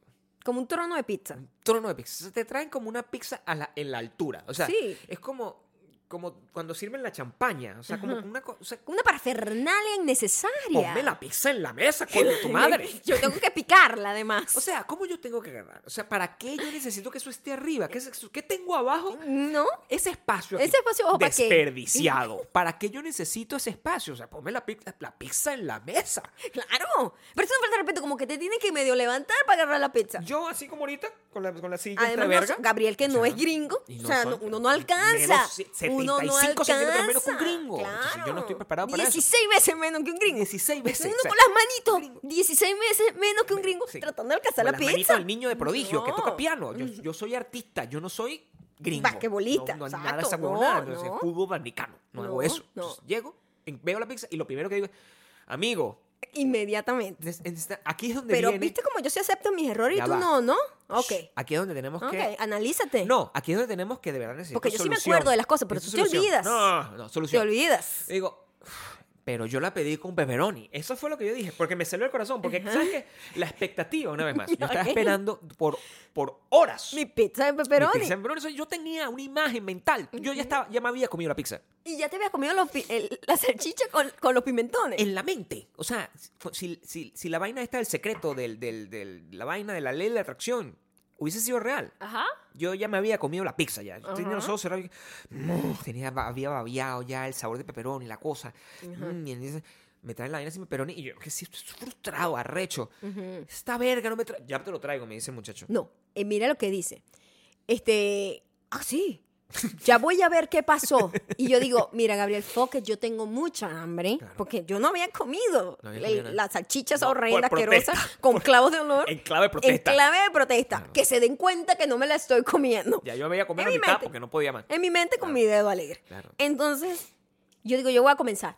S1: Como un trono de pizza.
S2: trono de pizza, te traen como una pizza a la, en la altura. O sea,
S1: Sí.
S2: es como... como cuando sirven la champaña. O sea, como una cosa.
S1: Una parafernalia innecesaria.
S2: Ponme la pizza en la mesa, con tu madre.
S1: Yo tengo que picarla, además.
S2: O sea, ¿cómo yo tengo que agarrar? O sea, ¿para qué yo necesito que eso esté arriba? ¿Qué, es eso? ¿Qué tengo abajo?
S1: ¿No?
S2: Ese espacio
S1: Ese espacio abajo, ¿para qué?
S2: desperdiciado. ¿Para qué yo necesito ese espacio? O sea, ponme la, pi- la pizza en la mesa.
S1: Claro. Pero eso no falta de respeto, como que te tienes que medio levantar para agarrar la pizza.
S2: Yo, así como ahorita, con la, con la silla entre
S1: Además, no-
S2: verga.
S1: Gabriel, que no
S2: O sea,
S1: es gringo,
S2: y
S1: o sea,
S2: son-
S1: no- uno no alcanza.
S2: menos se-
S1: uno no
S2: 75 centímetros menos que un
S1: alcanza.
S2: gringo. Entonces, yo no estoy preparado para eso.
S1: 16 veces menos que un gringo.
S2: 16 veces,
S1: Uno
S2: Pues exacto.
S1: con las manitos, 16 veces menos que un gringo
S2: Sí.
S1: tratando de alcanzar
S2: Con
S1: la
S2: las manitos
S1: pizza.
S2: del niño de prodigio que toca
S1: No.
S2: piano. Yo, yo soy artista, yo no soy gringo.
S1: Basquetbolista,
S2: No, no hay nada de
S1: exacto,
S2: esa
S1: no,
S2: huevonada, no,
S1: no.
S2: es fútbol americano. No, hago
S1: No,
S2: eso.
S1: no.
S2: Entonces, llego, en- veo la pizza y lo primero que digo es, amigo,
S1: Inmediatamente.
S2: nes- necesita- aquí es donde
S1: Pero
S2: viene-
S1: viste como yo sí acepto mis errores
S2: Ya
S1: y tú
S2: va.
S1: no, ¿no? Ok.
S2: Shh, Aquí es donde tenemos
S1: Ok,
S2: que...
S1: analízate.
S2: No, aquí es donde tenemos que de verdad necesitar
S1: Porque yo sí me acuerdo de las cosas, pero tú te olvidas.
S2: No, no,
S1: Te
S2: solución.
S1: olvidas.
S2: Y digo, "Uf, pero yo la pedí con pepperoni. Eso fue lo que yo dije, porque me salió el corazón, porque ¿sabes qué? La expectativa, una vez más. Yo estaba
S1: Ok.
S2: esperando por, por horas.
S1: Mi pizza de
S2: mi
S1: pepperoni.
S2: pizza en pepperoni. O sea, Yo tenía una imagen mental. Yo ya estaba, ya me había comido la pizza.
S1: Y ya te habías comido los pi- el- la salchicha con, con los pimentones.
S2: En la mente. O sea, si, si- si la vaina está el secreto del, del- del- la vaina de la ley de la atracción hubiese sido real.
S1: Ajá.
S2: Yo ya me había comido la pizza ya. Yo Tenía los
S1: Ajá.
S2: ojos cerrados. y- Mm, tenía, ba- había babiado ya el sabor de pepperoni, la cosa. Mm, y entonces me traen la vaina sin pepperoni y yo que sí, estoy frustrado, arrecho. Esta verga no me trae. Ya te lo traigo, me dice el muchacho.
S1: No, eh, mira lo que dice. Este, ah, sí. Ya voy a ver qué pasó. Y yo digo, mira, Gabriel Foque, yo tengo mucha hambre
S2: Claro.
S1: porque yo no había comido
S2: No había
S1: el-
S2: comido nada.
S1: las salchichas
S2: No, por
S1: horrendas,
S2: protesta.
S1: asquerosas, con clavos de olor.
S2: En clave de protesta.
S1: En clave de protesta.
S2: Claro.
S1: Que se den cuenta que no me la estoy comiendo.
S2: Ya yo me había comido la
S1: En mi
S2: mitad
S1: mente.
S2: porque no podía más.
S1: En mi mente con mi dedo alegre.
S2: Claro.
S1: Entonces, yo digo, yo voy a comenzar.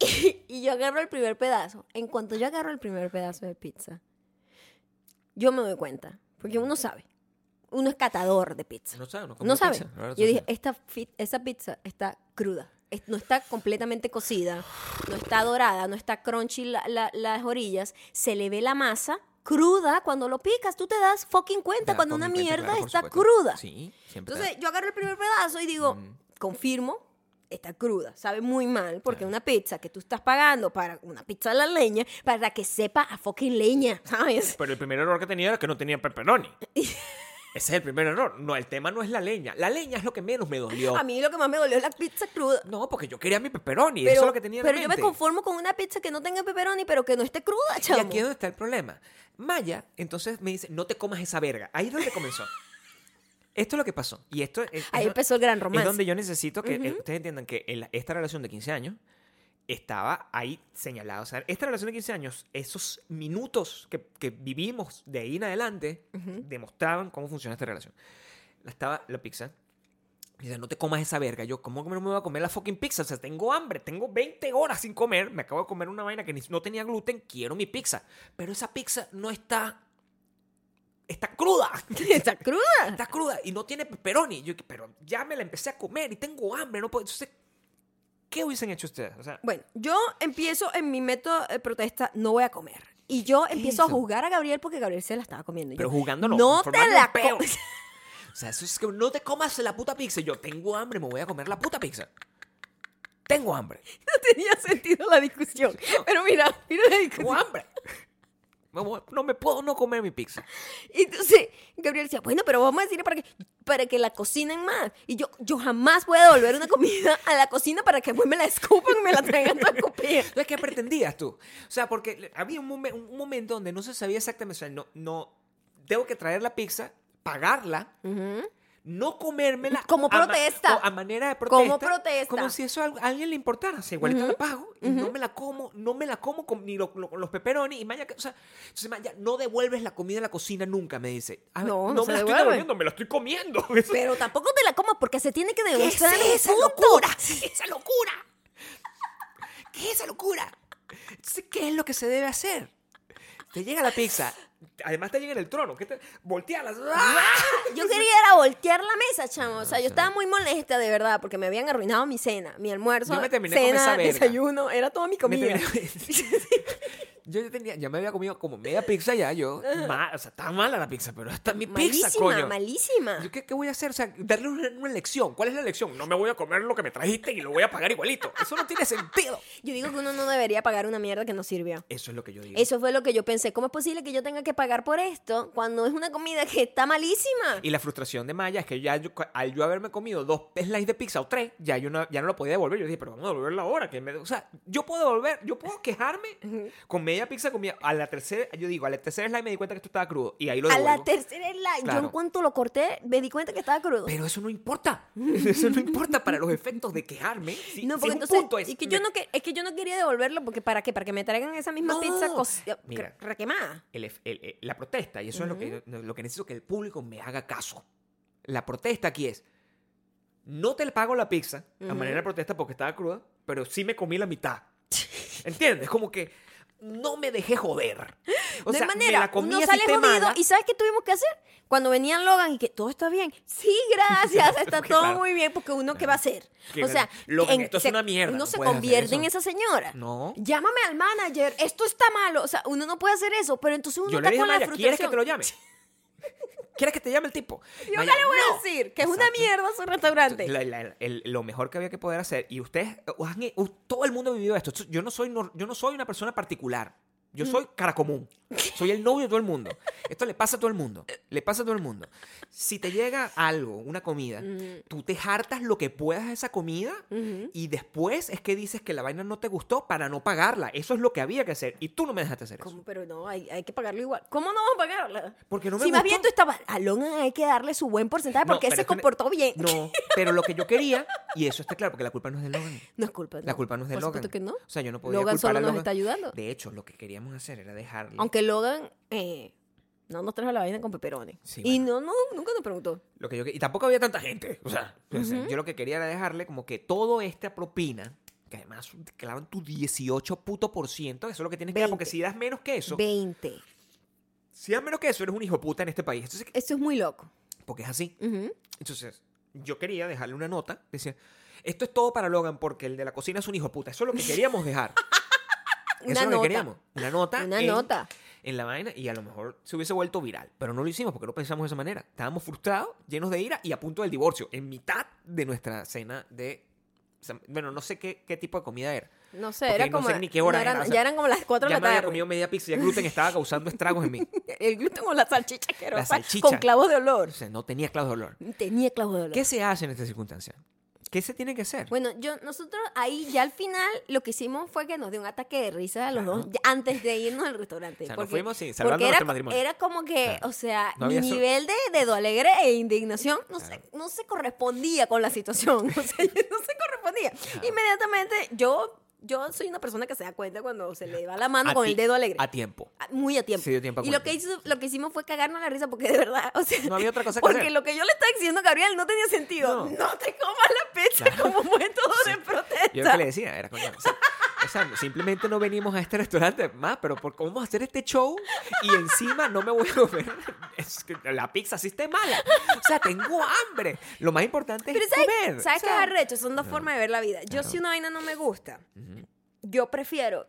S1: Y, yo agarro el primer pedazo. En cuanto yo agarro el primer pedazo de pizza, yo me doy cuenta. Porque uno sabe. Uno es catador de pizza.
S2: No sabe, no
S1: No
S2: comió
S1: sabe.
S2: pizza. Ahora tú
S1: Yo dije,
S2: sabes.
S1: esta, fi- esa pizza está cruda. Es- No está completamente cocida, no está dorada, no está crunchy la- la- las orillas. Se le ve la masa cruda cuando lo picas. Tú te das fucking cuenta
S2: Ya,
S1: cuando una
S2: ponme en cuenta,
S1: mierda
S2: claro, por
S1: está
S2: supuesto.
S1: cruda.
S2: Sí, siempre.
S1: Entonces yo agarro el primer pedazo y digo, confirmo, está cruda, sabe muy mal, porque una pizza que tú estás pagando para una pizza a la leña, para que sepa a fucking leña, ¿sabes?
S2: Pero el primer error que tenía era que no tenía pepperoni. Ese es el primer error. No, el tema no es la leña. La leña es lo que menos me dolió.
S1: A mí lo que más me dolió es la pizza cruda.
S2: No, porque yo quería mi pepperoni.
S1: Pero,
S2: eso es lo que tenía en
S1: pero yo me
S2: mente.
S1: conformo con una pizza que no tenga pepperoni, pero que no esté cruda,
S2: Y
S1: chamo.
S2: aquí es donde está el problema. Maya, entonces me dice, no te comas esa verga. Ahí es donde comenzó. Esto es lo que pasó. Y esto es- es
S1: Ahí
S2: do-
S1: empezó el gran romance.
S2: Es donde yo necesito que eh, ustedes entiendan que el- esta relación de 15 años estaba ahí señalada. O sea, esta relación de 15 años, esos minutos que, que vivimos de ahí en adelante, demostraban cómo funciona esta relación. La Estaba la pizza. Me dice, no te comas esa verga. Yo, ¿cómo que no me voy a comer la fucking pizza? O sea, tengo hambre, tengo 20 horas sin comer, me acabo de comer una vaina que ni- no tenía gluten, quiero mi pizza. Pero esa pizza no está. Está cruda.
S1: está cruda.
S2: Está cruda y no tiene pepperoni. Yo, pero ya me la empecé a comer y tengo hambre, no puedo. Entonces, ¿qué hubiesen hecho ustedes? O sea,
S1: Bueno, yo empiezo en mi método de protesta, no voy a comer. Y yo empiezo a
S2: eso?
S1: juzgar a Gabriel porque Gabriel se la estaba comiendo. Y
S2: pero
S1: yo,
S2: jugándolo.
S1: No te
S2: formando
S1: la
S2: un peo.
S1: comes.
S2: O sea, eso es que no te comas la puta pizza. Yo tengo hambre, me voy a comer la puta pizza. Tengo hambre.
S1: No tenía sentido la discusión. Pero mira, mira la
S2: Tengo
S1: discusión.
S2: hambre. Me voy- No me puedo no comer mi pizza.
S1: Y entonces Gabriel decía, bueno, pero vamos a decirle para que, para que la cocinen más. Y yo, yo jamás voy a devolver una comida a la cocina para que después me la escupan y me la traigan a escupir.
S2: Entonces, ¿qué pretendías tú? O sea, porque le- había un, momen- un momento donde no se sabía exactamente, o sea, no, no, tengo que traer la pizza, pagarla, no comérmela.
S1: Como
S2: a ma-
S1: protesta.
S2: o A, manera de protesta.
S1: Como protesta.
S2: Como si eso a, a alguien le importara. O sea, igualito la pago y no me la como, no me la como con, ni lo- lo- con los peperones. Y Maya, que- o sea, entonces Maya, no devuelves la comida a la cocina nunca, me dice. A ver,
S1: No, no
S2: no
S1: se
S2: me la estoy
S1: devuelve.
S2: devolviendo, me la estoy comiendo. Eso-
S1: Pero tampoco te la comas porque se tiene que
S2: ¿Qué es
S1: demostrar un
S2: esa
S1: punto.
S2: locura? ¡Esa locura! ¿Qué es esa locura? Entonces, ¿Qué es lo que se debe hacer? Te llega la pizza, además te llega en el trono, ¿qué te... voltealas.
S1: Ah,
S2: ¡Ah!
S1: Yo quería era voltear la mesa, chamo. O sea,
S2: sí.
S1: yo estaba muy molesta, de verdad, porque me habían arruinado mi cena, mi almuerzo,
S2: Yo me terminé con
S1: cena,
S2: esa verga.
S1: desayuno, era toda mi comida.
S2: terminé- Yo ya tenía, ya me había comido como media pizza ya, yo. ma- o sea, está mala la pizza, pero esta es mi
S1: Ah. malísima,
S2: pizza, coño.
S1: malísima.
S2: Yo, ¿qué, qué voy a hacer? O sea, darle una, una lección. ¿Cuál es la lección? No me voy a comer lo que me trajiste y lo voy a pagar igualito. Eso no tiene sentido.
S1: Yo digo que uno no debería pagar una mierda que no sirvió.
S2: Eso es lo que yo digo.
S1: Eso fue lo que yo pensé. ¿Cómo es posible que yo tenga que pagar por esto cuando es una comida que está malísima?
S2: Y la frustración de Maya es que ya yo- al yo haberme comido dos slices de pizza o tres, ya yo no, ya no lo podía devolver. Yo dije, pero vamos a devolverlo ahora. Que me- o sea, yo puedo devolver, yo puedo quejarme con media pizza comida. A la tercera, yo digo, a la tercera slice me di cuenta que esto estaba crudo y ahí lo
S1: a
S2: devuelvo.
S1: la tercera la yo en
S2: Claro.
S1: cuanto lo corté me di cuenta que estaba crudo.
S2: pero eso no importa. Eso no importa para los efectos de quejarme. Si-
S1: no,
S2: si
S1: porque
S2: un
S1: entonces
S2: punto es,
S1: es que yo
S2: me-
S1: no que- es que yo no quería devolverlo porque para qué, para que me traigan esa misma
S2: No.
S1: pizza cos- eh,
S2: Mira.
S1: re- requemada.
S2: el ef- el- el- la protesta, y eso es lo que, lo que necesito que el público me haga caso. La protesta aquí es, no te pago la pizza, a manera de protesta porque estaba cruda, pero sí me comí la mitad. ¿Entiendes? Como que no me dejé joder.
S1: no
S2: O sea,
S1: hay
S2: me
S1: manera,
S2: la comí
S1: uno
S2: así
S1: sale jodido
S2: quemada.
S1: y ¿sabes qué tuvimos que hacer? Cuando venían Logan y que todo está bien. Sí, gracias, está
S2: Claro.
S1: todo muy bien porque uno qué va a hacer.
S2: Que
S1: O
S2: no-
S1: sea,
S2: Logan, esto es
S1: se-
S2: una mierda,
S1: uno
S2: no
S1: se
S2: puedes hacer
S1: convierte
S2: eso.
S1: en esa señora.
S2: No.
S1: Llámame al manager, esto está malo, o sea, uno no puede hacer eso, pero entonces uno
S2: Yo
S1: está
S2: le dije a
S1: con la
S2: Maya, ¿quieres que
S1: frustración.
S2: te lo llame? ¿Quieres que te llame el tipo?
S1: Yo
S2: Maya,
S1: qué le voy
S2: "No".
S1: a decir, que es una
S2: Exacto.
S1: mierda su restaurante.
S2: La- la- el- lo mejor que había que poder hacer. Y ustedes, eh, o han- o todo el mundo ha vivido esto. Yo no soy, nor- yo no soy una persona particular. Yo soy cara común. Soy el novio de todo el mundo. Esto le pasa a todo el mundo. Le pasa a todo el mundo. Si te llega algo, una comida,
S1: Mm.
S2: tú te hartas lo que puedas de esa comida y después es que dices que la vaina no te gustó para no pagarla. Eso es lo que había que hacer. Y tú no me dejaste hacer eso.
S1: ¿Cómo? Pero no, hay, hay que pagarlo igual. ¿Cómo no vamos a pagarla?
S2: Porque no me
S1: si más
S2: gustó.
S1: bien tú estabas, a Logan hay que darle su buen porcentaje
S2: No,
S1: porque él
S2: pero
S1: se
S2: es que me-
S1: comportó bien. No.
S2: No, pero lo que yo quería, y eso está claro, porque la culpa no es de Logan.
S1: es culpa.
S2: La culpa no es de
S1: Por
S2: Logan.
S1: supuesto que no.
S2: O sea, yo no podía
S1: Logan
S2: culpar
S1: solo
S2: a
S1: nos
S2: Logan.
S1: está ayudando.
S2: De hecho, lo que queríamos hacer era dejarle.
S1: Aunque Logan eh, no nos trajo la vaina con peperones.
S2: Sí,
S1: y no, no, nunca nos preguntó.
S2: Lo que yo que- y tampoco había tanta gente. O sea, o sea, yo lo que quería era dejarle como que toda esta propina, que además te clavan tu 18 puto por ciento, eso es lo que tienes que dar,
S1: 20.
S2: porque si das menos que eso,
S1: 20.
S2: si das menos que eso, eres un hijo puta en este país. Entonces,
S1: Eso es muy loco.
S2: porque es así.
S1: Ujú.
S2: Entonces, yo quería dejarle una nota. Decía, esto es todo para Logan porque el de la cocina es un hijo puta. Eso es lo que queríamos dejar.
S1: Una
S2: Eso es lo
S1: nota.
S2: que queríamos. Una nota.
S1: Una
S2: en-
S1: nota.
S2: En la vaina y a lo mejor se hubiese vuelto viral. Pero no lo hicimos porque no pensamos de esa manera. Estábamos frustrados, llenos de ira y a punto del divorcio. En mitad de nuestra cena de. o sea, Bueno, no sé qué, qué tipo de comida era.
S1: No sé,
S2: Porque
S1: era
S2: no
S1: como.
S2: sé ni qué hora
S1: no
S2: era, o sea,
S1: ya eran como las 4 de
S2: ya
S1: la
S2: me había
S1: tarde.
S2: comido media pizza y el gluten estaba causando estragos en mí.
S1: El gluten o la salchicha asquerosa
S2: salchicha.
S1: con clavos de olor.
S2: O sea, no tenía clavos de olor.
S1: Tenía clavos de olor.
S2: ¿Qué se hace en esta circunstancia? ¿Qué se tiene que hacer?
S1: Bueno, yo, nosotros ahí ya al final lo que hicimos fue que nos dio un ataque de risa a los dos ya antes de irnos al restaurante.
S2: O sea, nos
S1: porque,
S2: fuimos, sí,
S1: porque
S2: salvando
S1: era,
S2: nuestro matrimonio.
S1: era como que, o sea,
S2: No
S1: mi
S2: había so-
S1: nivel de dedo alegre e indignación no, se, no se correspondía con la situación. O sea, no se correspondía. Inmediatamente yo, yo soy una persona que se da cuenta cuando se le va la mano
S2: A
S1: con
S2: ti-
S1: el dedo alegre.
S2: A tiempo.
S1: Ah, Muy a tiempo.
S2: Sí, dio tiempo a
S1: y lo
S2: cuenta.
S1: que, hizo, lo que hicimos fue cagarnos la risa porque de verdad, o sea,
S2: No había otra cosa que
S1: porque
S2: hacer.
S1: lo que yo le estaba diciendo a Gabriel no tenía sentido. No,
S2: No.
S1: te comas la pizza como método de
S2: Yo lo
S1: protesta.
S2: que le decía era, coño, o sea, o sea, simplemente no venimos a este restaurante más, pero por cómo vamos a hacer este show y encima no me voy a comer. Es que la pizza sí está mala. O sea, tengo hambre. Lo más importante
S1: Pero
S2: es comer.
S1: ¿sabes, ¿sabes
S2: o
S1: qué
S2: sea,
S1: es arrecho? Son dos formas de ver la vida. Yo si una vaina no me gusta, yo prefiero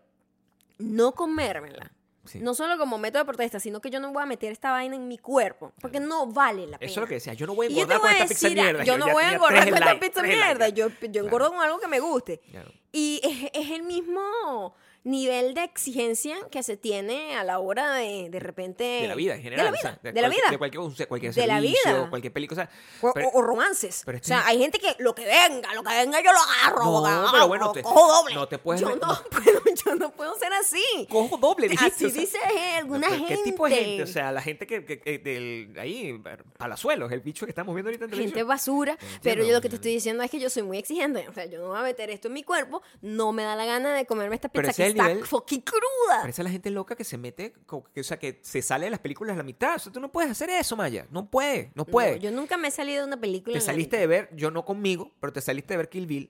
S1: no comérmela.
S2: Sí.
S1: No solo como método de protesta, sino que yo no voy a meter esta vaina en mi cuerpo. Porque no vale la pena.
S2: Eso es lo que decía. Yo no voy a
S1: Y yo te
S2: engordar
S1: voy
S2: con
S1: a
S2: esta pizza
S1: decir,
S2: de mierda.
S1: ah, yo no
S2: ya
S1: voy a
S2: tenía
S1: engordar
S2: tres
S1: con esta
S2: likes,
S1: pizza
S2: tres likes.
S1: mierda. Yo, yo engordo
S2: Claro.
S1: con algo que me guste.
S2: Claro.
S1: Y es, es el mismo nivel de exigencia que se tiene a la hora de de repente...
S2: De la vida en general.
S1: De la
S2: o sea,
S1: vida. de la
S2: cualquier-
S1: vida.
S2: De cualquier, o sea, cualquier
S1: De la
S2: servicio,
S1: vida.
S2: cualquier película.
S1: O,
S2: pero-
S1: o- o romances.
S2: pero
S1: o
S2: este-
S1: sea, hay gente que lo que venga, lo que venga yo lo agarro.
S2: No,
S1: agarro,
S2: pero bueno, te-
S1: cojo doble.
S2: no te puedes
S1: Yo
S2: re-
S1: no,
S2: no.
S1: puedo, yo no puedo ser así.
S2: Cojo doble,
S1: Así
S2: dijiste, o sea.
S1: dice eh, alguna
S2: Pero,
S1: gente.
S2: ¿Qué tipo de gente? O sea, la gente que, que- que del, ahí, palazuelos, el bicho que estamos viendo ahorita en
S1: gente
S2: televisión.
S1: basura,
S2: Entiendo,
S1: pero yo lo que te
S2: entiendo.
S1: estoy diciendo es que yo soy muy exigente, o sea, yo no voy a meter esto en mi cuerpo, no me da la gana de comerme esta
S2: Pero
S1: pizza
S2: ese
S1: que
S2: es el
S1: está
S2: nivel-
S1: fucking cruda.
S2: Parece la gente loca que se mete, co- que, o sea, que se sale de las películas a la mitad. O sea, tú no puedes hacer eso, Maya. No puede, no
S1: No,
S2: puede.
S1: yo nunca me he salido de una película.
S2: Pues,
S1: en
S2: te
S1: la
S2: saliste
S1: vida.
S2: de ver, yo no conmigo, pero te saliste de ver Kill Bill.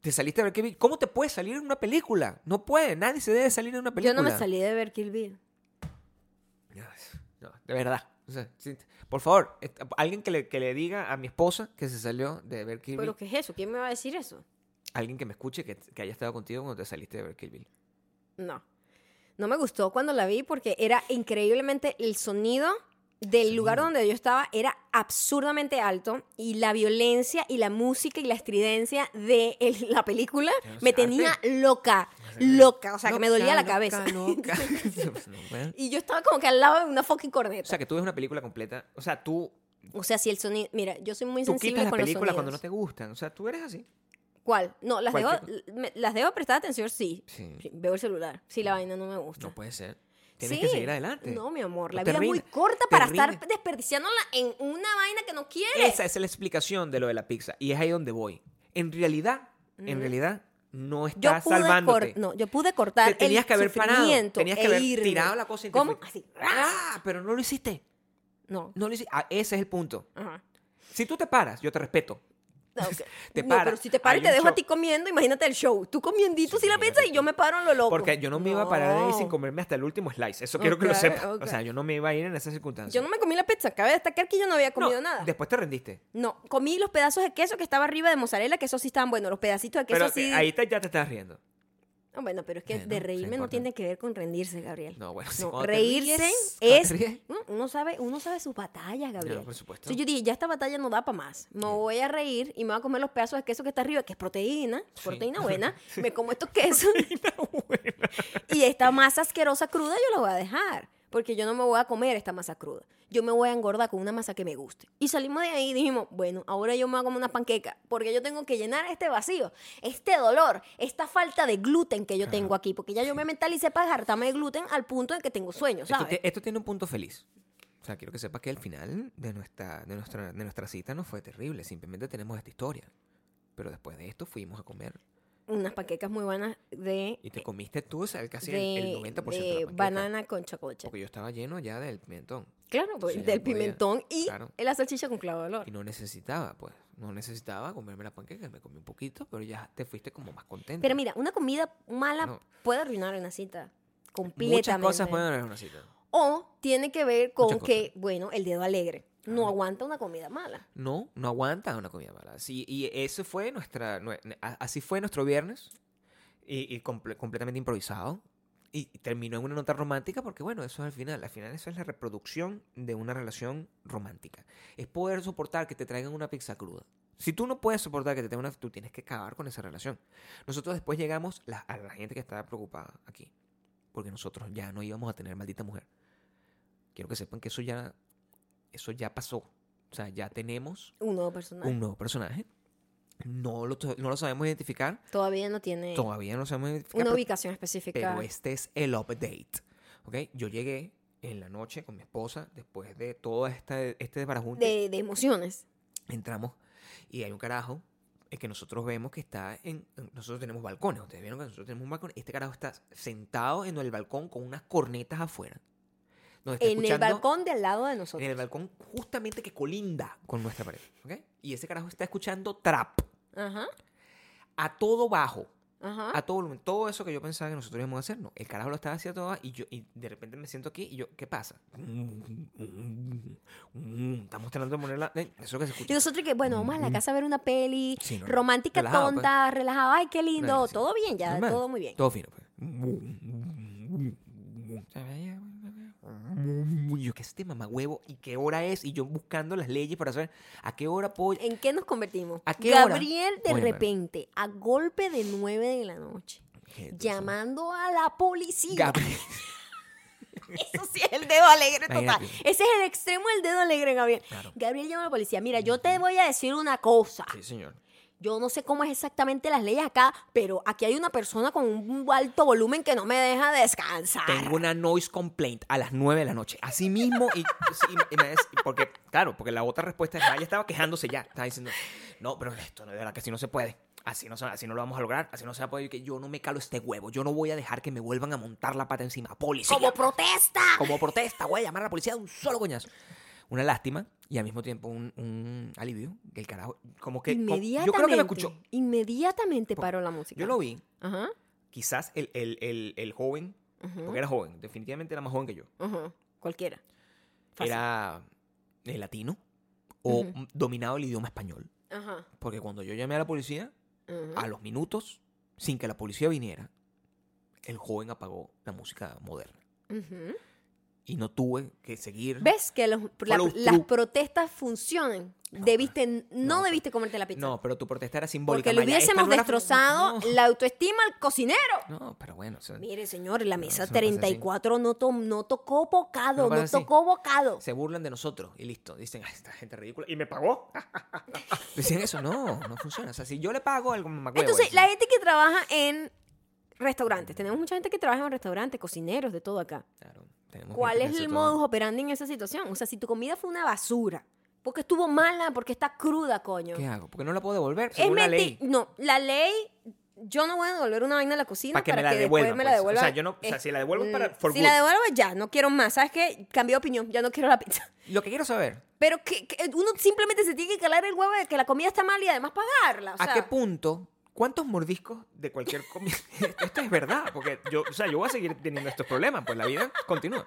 S2: Te saliste de ver Kill Bill. ¿Cómo te puedes salir de una película? No puede, nadie se debe salir de una película.
S1: Yo no me salí de ver Kill Bill.
S2: No, de verdad. O sea, sí, por favor, est- alguien que le, que le diga a mi esposa que se salió de ver Kill Bill.
S1: ¿Pero qué es eso? ¿Quién me va a decir eso?
S2: Alguien que me escuche que, que haya estado contigo cuando te saliste de ver Kill Bill.
S1: No. No me gustó cuando la vi porque era increíblemente el sonido del lugar donde yo estaba era absurdamente alto y la violencia y la música y la estridencia de el- la película
S2: Claro,
S1: me
S2: es arte.
S1: tenía loca, loca, o sea, que me
S2: Loca,
S1: dolía la
S2: loca,
S1: cabeza.
S2: loca. pues, No, bueno.
S1: Y yo estaba como que al lado de una fucking
S2: O
S1: corneta.
S2: sea, que tú ves una película completa. O sea, tú,
S1: O sea, si el sonido, mira, yo soy muy
S2: tú quitas
S1: sensible
S2: las
S1: con los sonidos.
S2: películas cuando no te gustan. O sea, tú eres así.
S1: ¿Cuál? No, las
S2: ¿Cuál
S1: debo, me- las debo prestar atención, sí.
S2: Sí.
S1: Veo el celular, si la vaina no me gusta.
S2: No puede ser. Tienes que
S1: Sí.
S2: seguir adelante.
S1: No, mi amor,
S2: No
S1: la
S2: te
S1: vida es muy
S2: rindas,
S1: corta
S2: te
S1: para estar
S2: rindes.
S1: desperdiciándola en una vaina que no quieres.
S2: Esa es la explicación de lo de la pizza. Y es ahí donde voy. En realidad, en realidad, no
S1: Mm. Yo
S2: estás
S1: pude,
S2: salvándote.
S1: cor- no, yo pude
S2: Te
S1: cortar
S2: tenías
S1: el
S2: que haber parado.
S1: sufrimiento
S2: Tenías que
S1: e
S2: haber
S1: irme.
S2: tirado la cosa y te
S1: ¿Cómo?
S2: fuiste.
S1: Así.
S2: Ah, pero no lo hiciste.
S1: No.
S2: No lo hiciste. Ah, ese es el punto.
S1: Ajá.
S2: Si tú te paras, yo te respeto.
S1: No, ok.
S2: Te
S1: No,
S2: para.
S1: pero si te paras
S2: Hay
S1: y te
S2: un
S1: dejo a
S2: show.
S1: ti comiendo, imagínate el show. Tú comiendito si la pizza y yo me paro en lo loco.
S2: Porque yo no me iba a parar ahí sin comerme hasta el último slice. Eso quiero que lo
S1: Ok,
S2: sepas.
S1: ok.
S2: O sea, yo no me iba a ir en esas circunstancias.
S1: Yo no me comí la pizza. Cabe destacar que yo no había comido
S2: No,
S1: nada.
S2: Después te rendiste.
S1: No, comí los pedazos de queso que estaba arriba de mozzarella, que esos sí estaban buenos. Los pedacitos de queso
S2: Pero
S1: así.
S2: te- ahí te- ya te estás riendo.
S1: Ah, bueno, pero es que
S2: Bueno,
S1: de
S2: sí,
S1: reírme no
S2: importante.
S1: tiene que ver con rendirse, Gabriel.
S2: No, bueno, sí,
S1: No,
S2: cuando te
S1: reírse
S2: ríes, cuando
S1: es.
S2: te ríes.
S1: Mm, Uno sabe, uno sabe sus batallas, Gabriel.
S2: por supuesto.
S1: Entonces yo dije, ya esta batalla no da para más. Me voy a reír y me voy a comer los pedazos de queso que está arriba, que es proteína, proteína buena. Me como estos quesos. y esta masa asquerosa cruda yo la voy a dejar. Porque yo no me voy a comer esta masa cruda. Yo me voy a engordar con una masa que me guste. Y salimos de ahí y dijimos, bueno, ahora yo me voy a comer una panqueca. Porque yo tengo que llenar este vacío, este dolor, esta falta de gluten que yo tengo aquí. Porque ya yo me mentalicé para hartarme de gluten al punto de que tengo sueño,
S2: Esto,
S1: ¿sabes?
S2: ti- esto tiene un punto feliz. O sea, quiero que sepas que el final de nuestra, de nuestra, de nuestra cita no fue terrible. Simplemente tenemos esta historia. Pero después de esto fuimos a comer.
S1: Unas panquecas muy buenas de
S2: Y te comiste tú o sea, casi el-
S1: Eh, de,
S2: el, 90% de,
S1: de
S2: la panqueca.
S1: banana con chacocha.
S2: Porque yo estaba lleno ya del pimentón.
S1: Claro, pues,
S2: Sí, no
S1: del
S2: podía.
S1: pimentón y
S2: Claro.
S1: la salchicha con clavo de olor.
S2: Y no necesitaba, pues. No necesitaba comerme la panqueca. Me comí un poquito, pero ya te fuiste como más contento.
S1: Pero mira, una comida mala
S2: No.
S1: puede arruinar una cita
S2: Muchas
S1: completamente.
S2: cosas pueden haber una cita.
S1: O tiene que ver con
S2: Muchas
S1: que, bueno, el dedo alegre no aguanta una comida mala.
S2: No, no aguanta una comida mala. Sí, y eso fue nuestra, nue- a- así fue nuestro viernes y, y comple- completamente improvisado. Y y terminó en una nota romántica porque, bueno, eso es al final. Al final eso es la reproducción de una relación romántica. Es poder soportar que te traigan una pizza cruda. Si tú no puedes soportar que te traigan una... Tú tienes que acabar con esa relación. Nosotros después llegamos la- a la gente que estaba preocupada aquí. Porque nosotros ya no íbamos a tener maldita mujer. Quiero que sepan que eso ya... Eso ya pasó. O sea, ya tenemos
S1: Un nuevo personaje
S2: un nuevo personaje. No lo, to- no lo sabemos identificar.
S1: todavía no tiene
S2: Todavía no lo sabemos identificar.
S1: una
S2: pero-
S1: ubicación específica.
S2: Pero este es el update. ¿Ok? Yo llegué en la noche con mi esposa después de todo este, este desbarajunte.
S1: de, de emociones.
S2: Entramos y hay un carajo eh, que nosotros vemos que está en... en- Nosotros tenemos balcones. Ustedes vieron que nosotros tenemos un balcón. Este carajo está sentado en el balcón con unas cornetas afuera. Nos está
S1: En el
S2: escuchando-
S1: balcón del lado de nosotros.
S2: en el balcón justamente que colinda con nuestra pared. ¿ok? Y ese carajo está escuchando trap
S1: Ajá,
S2: a todo bajo.
S1: ajá.
S2: a todo volumen. Todo eso que yo pensaba que nosotros íbamos a hacer, no. El carajo lo estaba haciendo todo y yo y de repente me siento aquí y yo, ¿qué pasa? Estamos tratando de ponerla. eh, Eso que se
S1: Y
S2: escucha.
S1: nosotros que, bueno, vamos a la casa a ver una peli
S2: Mm. Sí, no, no.
S1: romántica,
S2: Relajado, pues.
S1: tonta, relajada, ay, qué lindo,
S2: Bueno, sí.
S1: todo bien ya,
S2: Normal.
S1: todo muy bien.
S2: Todo fino. pues. Yo, ¿qué es este mamagüevo? ¿Y qué hora es? Y yo buscando las leyes para saber a qué hora puedo.
S1: ¿En qué nos convertimos?
S2: ¿A qué hora?
S1: Gabriel, de
S2: Óyeme.
S1: repente, a golpe de 9 de la noche,
S2: Gente,
S1: llamando a la policía.
S2: Gabriel.
S1: Eso sí es el dedo alegre total.
S2: Imagínate.
S1: Ese es el extremo del dedo alegre, Gabriel.
S2: Claro.
S1: Gabriel llama a la policía. Mira, yo te voy a decir una cosa.
S2: Sí, señor.
S1: Yo no sé cómo es exactamente las leyes acá, pero aquí hay una persona con un alto volumen que no me deja descansar.
S2: Tengo una noise complaint a las 9 de la noche. Así mismo, y, sí, y me des- porque, claro, porque la otra respuesta es, ella estaba quejándose ya. Estaba diciendo, no, pero esto no es verdad que así no se puede. Así no, se- así no lo vamos a lograr. Así no se va a poder. Y que yo no me calo este huevo. Yo no voy a dejar que me vuelvan a montar la pata encima. Policía.
S1: ¡Como protesta!
S2: Como protesta, voy a llamar a la policía de un solo coñazo. Una lástima y al mismo tiempo un, un alivio. Que el carajo, como que. como-
S1: inmediatamente.
S2: yo creo que lo escuchó.
S1: Inmediatamente paró la música.
S2: Yo lo vi.
S1: Ajá,
S2: Quizás el, el, el, el joven, porque era joven, definitivamente era más joven que yo.
S1: ajá. Cualquiera. Fácil.
S2: era eh, latino o
S1: Ujú.
S2: m- dominaba el idioma español.
S1: Ajá.
S2: Porque cuando yo llamé a la policía,
S1: ajá.
S2: a los minutos, sin que la policía viniera, el joven apagó la música moderna.
S1: Ujú.
S2: Y no tuve que seguir.
S1: ¿Ves que los- la-
S2: Follow
S1: las
S2: through.
S1: protestas funcionan? debiste, no,
S2: no,
S1: debiste comerte la pizza.
S2: No, pero tu protesta era simbólica.
S1: porque le
S2: Maya. Esta
S1: hubiésemos
S2: no era-
S1: destrozado eh.
S2: No,
S1: la autoestima al cocinero.
S2: no, pero bueno. o sea,
S1: Mire, señor, la
S2: No,
S1: mesa
S2: eso no pasa así.
S1: 34 no, to- no tocó bocado,
S2: No
S1: no,
S2: pasa así.
S1: tocó bocado.
S2: se burlan de nosotros y listo. Dicen, "Ah, esta gente ridícula. Y me pagó. Dicen eso, no, no funciona. O sea, si yo le pago algo, me
S1: Entonces, la gente que trabaja en restaurantes, tenemos mucha gente que trabaja en restaurantes, cocineros, de todo acá. ¿Cuál es el modus operandi en esa situación? O sea, si tu comida fue una basura, porque estuvo mala, porque está cruda, coño.
S2: ¿Qué hago? Porque no la puedo devolver.
S1: Es
S2: Según la
S1: menti-
S2: ley.
S1: No, la ley, yo no voy a devolver una vaina a la cocina
S2: Para que me la
S1: después
S2: devuelvan,
S1: me la
S2: pues. O sea,
S1: devuelvan.
S2: yo no- o sea,
S1: Es-
S2: si la devuelvo para-
S1: mm,
S2: for
S1: Si
S2: good.
S1: la devuelvo ya, no quiero más. ¿Sabes qué? Cambié de opinión, ya no quiero la pizza.
S2: Lo que quiero saber,
S1: Pero que, que uno simplemente se tiene que calar el huevo de que la comida está mal y además pagarla. O sea,
S2: ¿a qué punto? ¿Cuántos mordiscos de cualquier comida? Esto es verdad, porque yo, o sea, yo voy a seguir teniendo estos problemas, pues la vida continúa.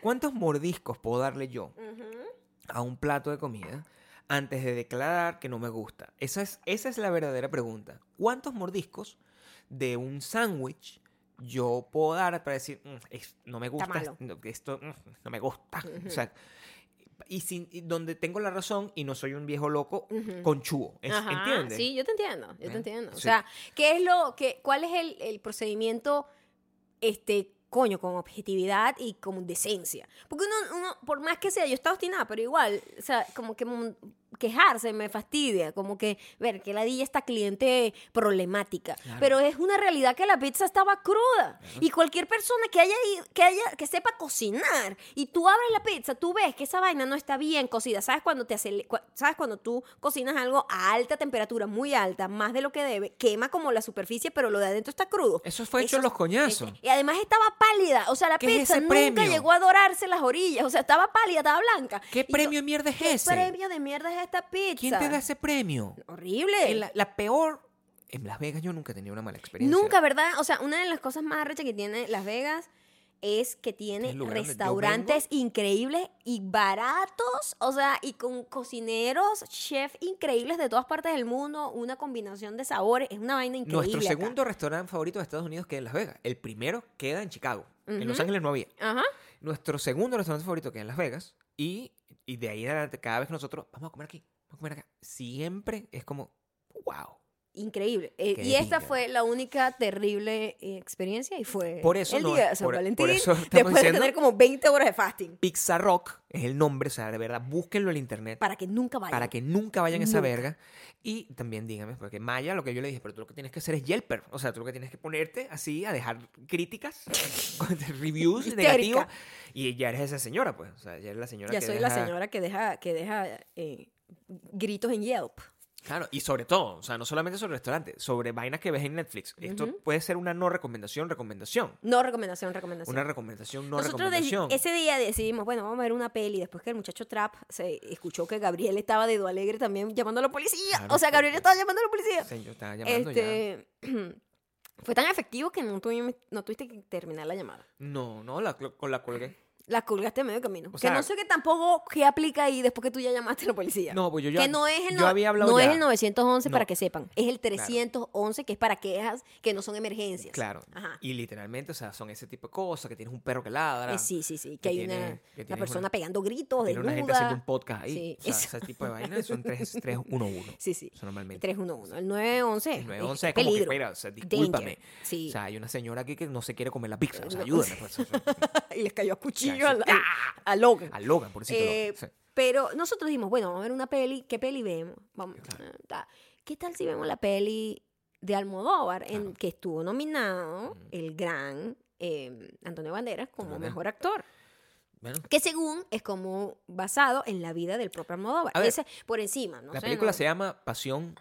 S2: ¿Cuántos mordiscos puedo darle yo a un plato de comida antes de declarar que no me gusta? Esa es, esa es la verdadera pregunta. ¿Cuántos mordiscos de un sándwich yo puedo dar para decir, "Mm, es- no me gusta,
S1: malo.
S2: no, esto mm, no me gusta? O sea, y, sin, y donde tengo la razón y no soy un viejo loco conchúo. Es-
S1: Ajá,
S2: ¿Entiendes?
S1: Sí, yo te entiendo, yo te
S2: ¿Ven?
S1: entiendo. O
S2: Sí.
S1: sea, ¿qué es lo que, cuál es el, el procedimiento, este, coño, con objetividad y con decencia? Porque uno, uno, por más que sea, yo estaba obstinada, pero igual, o sea, como que mon- quejarse me fastidia, como que ver que la dilla está cliente problemática,
S2: Claro.
S1: pero es una realidad que la pizza estaba cruda y cualquier persona que haya ido- que haya que sepa cocinar y tú abres la pizza, tú ves que esa vaina no está bien cocida, sabes cuando te acele- cua- sabes cuando tú cocinas algo a alta temperatura, muy alta, más de lo que debe, quema como la superficie, pero lo de adentro está crudo. Eh,
S2: Eso fue hecho en los coñazos.
S1: Y además estaba pálida, o sea, la
S2: ¿Qué es
S1: pizza
S2: ese
S1: nunca
S2: premio?
S1: llegó a dorarse las orillas, o sea, estaba pálida, estaba blanca.
S2: ¿Qué
S1: Y to-
S2: premio de mierda es
S1: ¿Qué
S2: ese?
S1: premio de mierda es esta pizza?
S2: ¿Quién te da ese premio?
S1: Horrible.
S2: En la, la peor. En Las Vegas yo nunca he tenido una mala experiencia.
S1: Nunca, ¿verdad? O sea, una de las cosas más arrechas que tiene Las Vegas es que tiene
S2: Es el lugar donde yo
S1: restaurantes increíbles y baratos, o sea, y con cocineros, chefs increíbles de todas partes del mundo, una combinación de sabores, es una vaina increíble.
S2: Nuestro
S1: acá.
S2: segundo restaurante favorito de Estados Unidos queda en Las Vegas. El primero queda en Chicago. En Los
S1: Ujú.
S2: Ángeles no había.
S1: Ajá.
S2: Nuestro segundo restaurante favorito queda en Las Vegas. Y, y de ahí en adelante, cada vez que nosotros vamos a comer aquí, vamos a comer acá, siempre es como, wow.
S1: Increíble. Eh,
S2: Qué
S1: y esta
S2: lindo.
S1: fue la única terrible eh, experiencia y fue
S2: Por eso
S1: el
S2: no-
S1: día de San
S2: por- por
S1: Valentín.
S2: eso estamos
S1: después
S2: diciendo-
S1: de tener como 20 horas de fasting
S2: Pizza Rock es el nombre, o sea, de verdad, búsquenlo en internet.
S1: para que nunca vaya.
S2: Para que nunca vayan a esa
S1: Nunca.
S2: verga. Y también dígame, porque Maya, lo que yo le dije, pero tú lo que tienes que hacer es Yelper. O sea, tú lo que tienes que ponerte así a dejar críticas, con reviews
S1: Histérica.
S2: negativos. Y ya eres esa señora, pues. O sea, ya eres la señora
S1: ya
S2: que
S1: soy la
S2: deja-
S1: señora que deja que deja eh, gritos en Yelp.
S2: Claro, y sobre todo, o sea, no solamente sobre restaurantes, sobre vainas que ves en Netflix. Esto puede ser una no recomendación, recomendación.
S1: No recomendación, recomendación.
S2: Una recomendación, no
S1: Nosotros de-
S2: recomendación.
S1: ese día decidimos, bueno, vamos a ver una peli. Después que el muchacho Trap se escuchó que Gabriel estaba de Do Alegre también llamando a la policía.
S2: Claro,
S1: o sea, Gabriel
S2: porque-
S1: estaba llamando a la policía.
S2: Sí, yo estaba llamando ya.
S1: Este, fue tan efectivo que no, tuvimos- no tuviste que terminar la llamada.
S2: No, no, la, con la colgué.
S1: La colgaste a medio camino.
S2: O
S1: que
S2: sea-
S1: no sé qué tampoco qué aplica ahí después que tú ya llamaste a la policía.
S2: No, pues yo ya.
S1: que no es el,
S2: yo
S1: no-
S2: había hablado
S1: no es
S2: ya.
S1: el 911
S2: No.
S1: para que sepan. Es el 311 que es para quejas que no son emergencias.
S2: Claro.
S1: Ajá.
S2: Y literalmente, o sea, son ese tipo de cosas, que tienes un perro que ladra.
S1: Eh, sí, sí, sí. Que,
S2: que
S1: hay
S2: tiene-
S1: una,
S2: que
S1: una
S2: tienes
S1: persona
S2: una-
S1: pegando gritos,
S2: Tiene una gente
S1: desnuda.
S2: haciendo un podcast ahí.
S1: Sí,
S2: o sea,
S1: eso.
S2: ese tipo de vainas son 3, 3, 1, 1.
S1: Sí, sí.
S2: Eso normalmente.
S1: 311. El 911.
S2: El
S1: es
S2: 911 es como que,
S1: peligro.
S2: espera, o sea,
S1: Danger.
S2: discúlpame.
S1: Sí.
S2: O sea, hay una señora aquí que no se quiere comer la pizza. O sea,
S1: No.
S2: ayúdame. Pues, o sea,
S1: y les cayó a cuchillo
S2: Ya,
S1: al-
S2: sí.
S1: al- a Logan.
S2: a Logan, por decirlo.
S1: Eh,
S2: Sí.
S1: Pero nosotros dijimos, bueno, vamos a ver una peli. ¿Qué peli vemos? Vamos, ah, ta. ¿Qué tal si vemos la peli de Almodóvar, en
S2: Claro.
S1: que estuvo nominado el gran eh, Antonio Banderas como
S2: Antonio Banderas.
S1: mejor actor?
S2: Bueno,
S1: Que según es como basado en la vida del propio Almodóvar.
S2: A ver,
S1: Ese, por encima, ¿no?
S2: la
S1: sé,
S2: película
S1: no-
S2: se llama Pasión,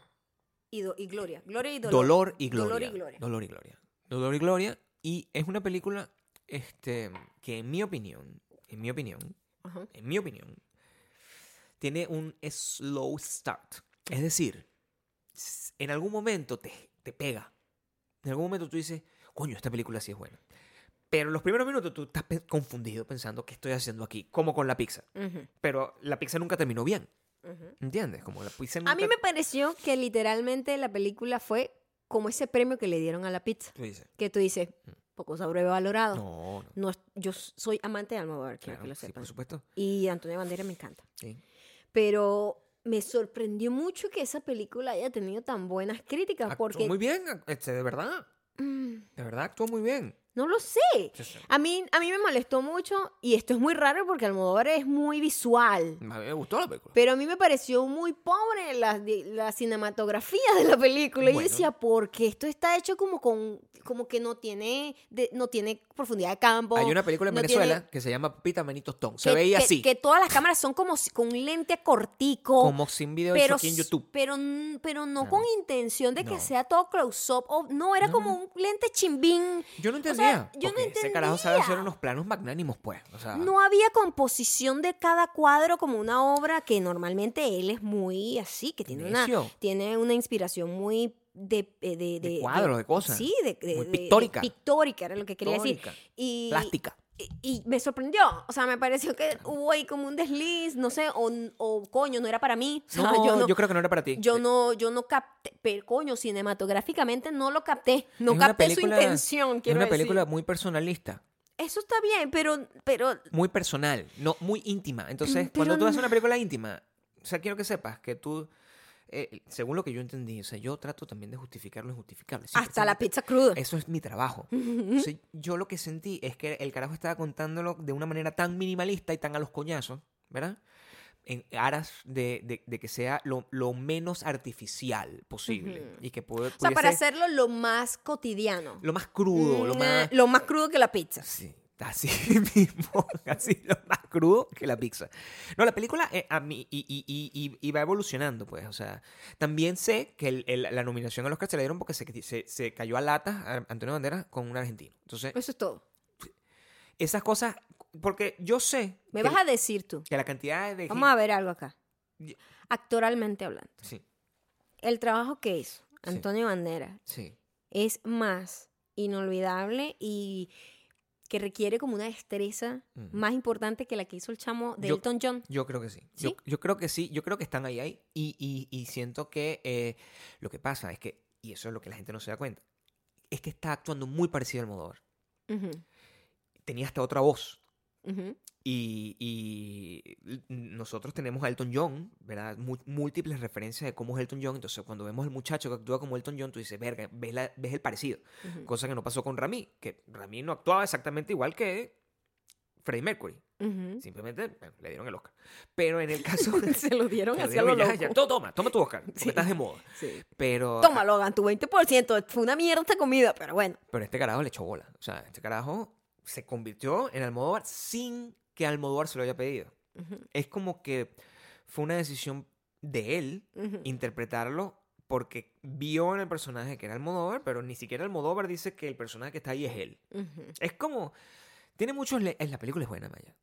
S1: y, do- y Gloria. Gloria y
S2: Dolor,
S1: Dolor.
S2: y Gloria.
S1: Dolor y Gloria.
S2: Dolor y Gloria. Dolor y Gloria. Y es una película este, que, en mi opinión, en mi opinión,
S1: Ajá.
S2: en mi opinión, tiene un slow start. Es decir, s- en algún momento te, te pega. En algún momento tú dices, coño, esta película sí es buena. Pero los primeros minutos tú estás pe- confundido pensando, ¿qué estoy haciendo aquí? Como con la pizza.
S1: Ujú,
S2: Pero la pizza nunca terminó bien.
S1: ujú.
S2: ¿Entiendes? Como la pizza nunca...
S1: A mí me pareció que literalmente la película fue como ese premio que le dieron a la pizza,
S2: Tú dices.
S1: que tú dices, poco sobrevalorado. No.
S2: Mm. No, no.
S1: es- yo soy amante de Almodóvar, quiero
S2: claro,
S1: que lo
S2: sí,
S1: sepan.
S2: por supuesto.
S1: y Antonio Banderas me encanta.
S2: Sí.
S1: Pero me sorprendió mucho que esa película haya tenido tan buenas críticas,
S2: Actuó
S1: porque
S2: muy bien, este, de verdad.
S1: Mm,
S2: De verdad actuó muy bien.
S1: no lo sé.
S2: Sí, sí.
S1: A mí, a mí me molestó mucho, y esto es muy raro porque Almodóvar es muy visual.
S2: A mí me gustó la película.
S1: Pero a mí me pareció muy pobre la, di- la cinematografía de la película. Y
S2: Bueno.
S1: yo decía, porque esto está hecho como con como que no tiene de- no tiene profundidad de campo.
S2: Hay una película en
S1: no
S2: Venezuela
S1: tiene-
S2: que se llama Pita Manitos Tom. Se
S1: que-
S2: veía
S1: que-
S2: así,
S1: Que todas las cámaras son como si- con un lente cortico.
S2: como sin video hecho
S1: pero,
S2: aquí en
S1: s-
S2: YouTube.
S1: Pero, n- pero no
S2: No.
S1: con intención de que
S2: No.
S1: sea todo close-up. o- no, era como un lente chimbín.
S2: Yo no
S1: O sea,
S2: entendía.
S1: yo no
S2: porque Ese carajo sabe hacer
S1: entendía.
S2: unos planos magnánimos, pues. O sea,
S1: No había composición de cada cuadro como una obra que normalmente él es muy así, que tiene, una,
S2: Necio.
S1: tiene una inspiración muy de, eh, de,
S2: De cuadros, de cosas.
S1: Sí, de, de-
S2: Muy
S1: de-
S2: pictórica.
S1: de pictórica, era lo que quería decir.
S2: Pictórica.
S1: Y,
S2: plástica.
S1: Y, y me sorprendió. O sea, me pareció que hubo ahí como un desliz, no sé, o, o coño, no era para mí. O sea,
S2: No,
S1: yo no.
S2: yo creo que no era para ti.
S1: yo no, yo no capté, pero coño, cinematográficamente no lo capté, no
S2: Es una
S1: capté
S2: película-
S1: su intención,
S2: Es
S1: quiero
S2: una
S1: decir.
S2: película muy personalista,
S1: Eso está bien, pero, pero
S2: muy personal, no muy íntima.
S1: Mm,
S2: Entonces, cuando tú haces una película íntima, o sea, quiero que sepas que tú, eh, según lo que yo entendí, o sea, yo trato también de justificar lo injustificable. Siempre
S1: hasta la
S2: siempre-
S1: pizza cruda.
S2: Eso es mi trabajo. Entonces, yo lo que sentí es que el carajo estaba contándolo de una manera tan minimalista y tan a los coñazos, ¿verdad? En aras de, de- de que sea lo, lo menos artificial posible. Y que
S1: O
S2: puede,
S1: sea, para
S2: pudiese-
S1: hacerlo lo más cotidiano.
S2: lo más crudo, lo
S1: Mm,
S2: más...
S1: lo más crudo que la pizza.
S2: Sí, así mismo, así lo más crudo que la pizza. No, la película eh, a mí, y, y- y- y- y va evolucionando, pues, o sea, también sé que el- el- la nominación a los que se le dieron porque se, se- se cayó a latas a Antonio Banderas con un argentino. Entonces,
S1: Eso es todo.
S2: esas cosas, porque yo sé
S1: Me
S2: que,
S1: vas a decir tú.
S2: que la cantidad de...
S1: Vamos a ver algo acá.
S2: Ye-
S1: Actoralmente hablando.
S2: Sí,
S1: El trabajo que hizo
S2: Sí.
S1: Antonio Banderas
S2: sí.
S1: es más inolvidable y que requiere como una destreza
S2: Ujú.
S1: más importante que la que hizo el chamo de
S2: Yo-
S1: Elton John.
S2: Yo creo que sí. Yo-
S1: ¿Sí?
S2: Yo, creo que sí. Yo creo que están ahí, ahí. Y, y- y siento que eh, lo que pasa es que, y eso es lo que la gente no se da cuenta, es que está actuando muy parecido al Modóvar.
S1: Ujú,
S2: Tenía hasta otra voz.
S1: ujú.
S2: Y, y l- nosotros tenemos a Elton John, ¿verdad? Mu- múltiples referencias de cómo es Elton John. Entonces, cuando vemos al muchacho que actúa como Elton John, tú dices, verga, ves, la- ves el parecido.
S1: Ujú.
S2: Cosa que no pasó con Rami, que Rami no actuaba exactamente igual que Freddie Mercury.
S1: Ujú.
S2: Simplemente bueno, le dieron el Oscar. Pero en el caso. te lo
S1: Se lo dieron hacia
S2: dieron
S1: lo
S2: y ya,
S1: loco.
S2: ya, to- toma, toma tu Oscar, porque
S1: Sí.
S2: estás de moda.
S1: Sí.
S2: Pero.
S1: Toma, Logan, tu 20%. Fue una mierda esta comida, pero bueno.
S2: Pero este carajo le echó bola. O sea, este carajo se convirtió en Almodóvar sin que Almodóvar se lo haya pedido.
S1: Ujú,
S2: Es como que fue una decisión de él
S1: ujú.
S2: interpretarlo porque vio en el personaje que era Almodóvar, pero ni siquiera Almodóvar dice que el personaje que está ahí es él.
S1: Ujú.
S2: Es como. Tiene muchos. le- es la película es buena, Maya.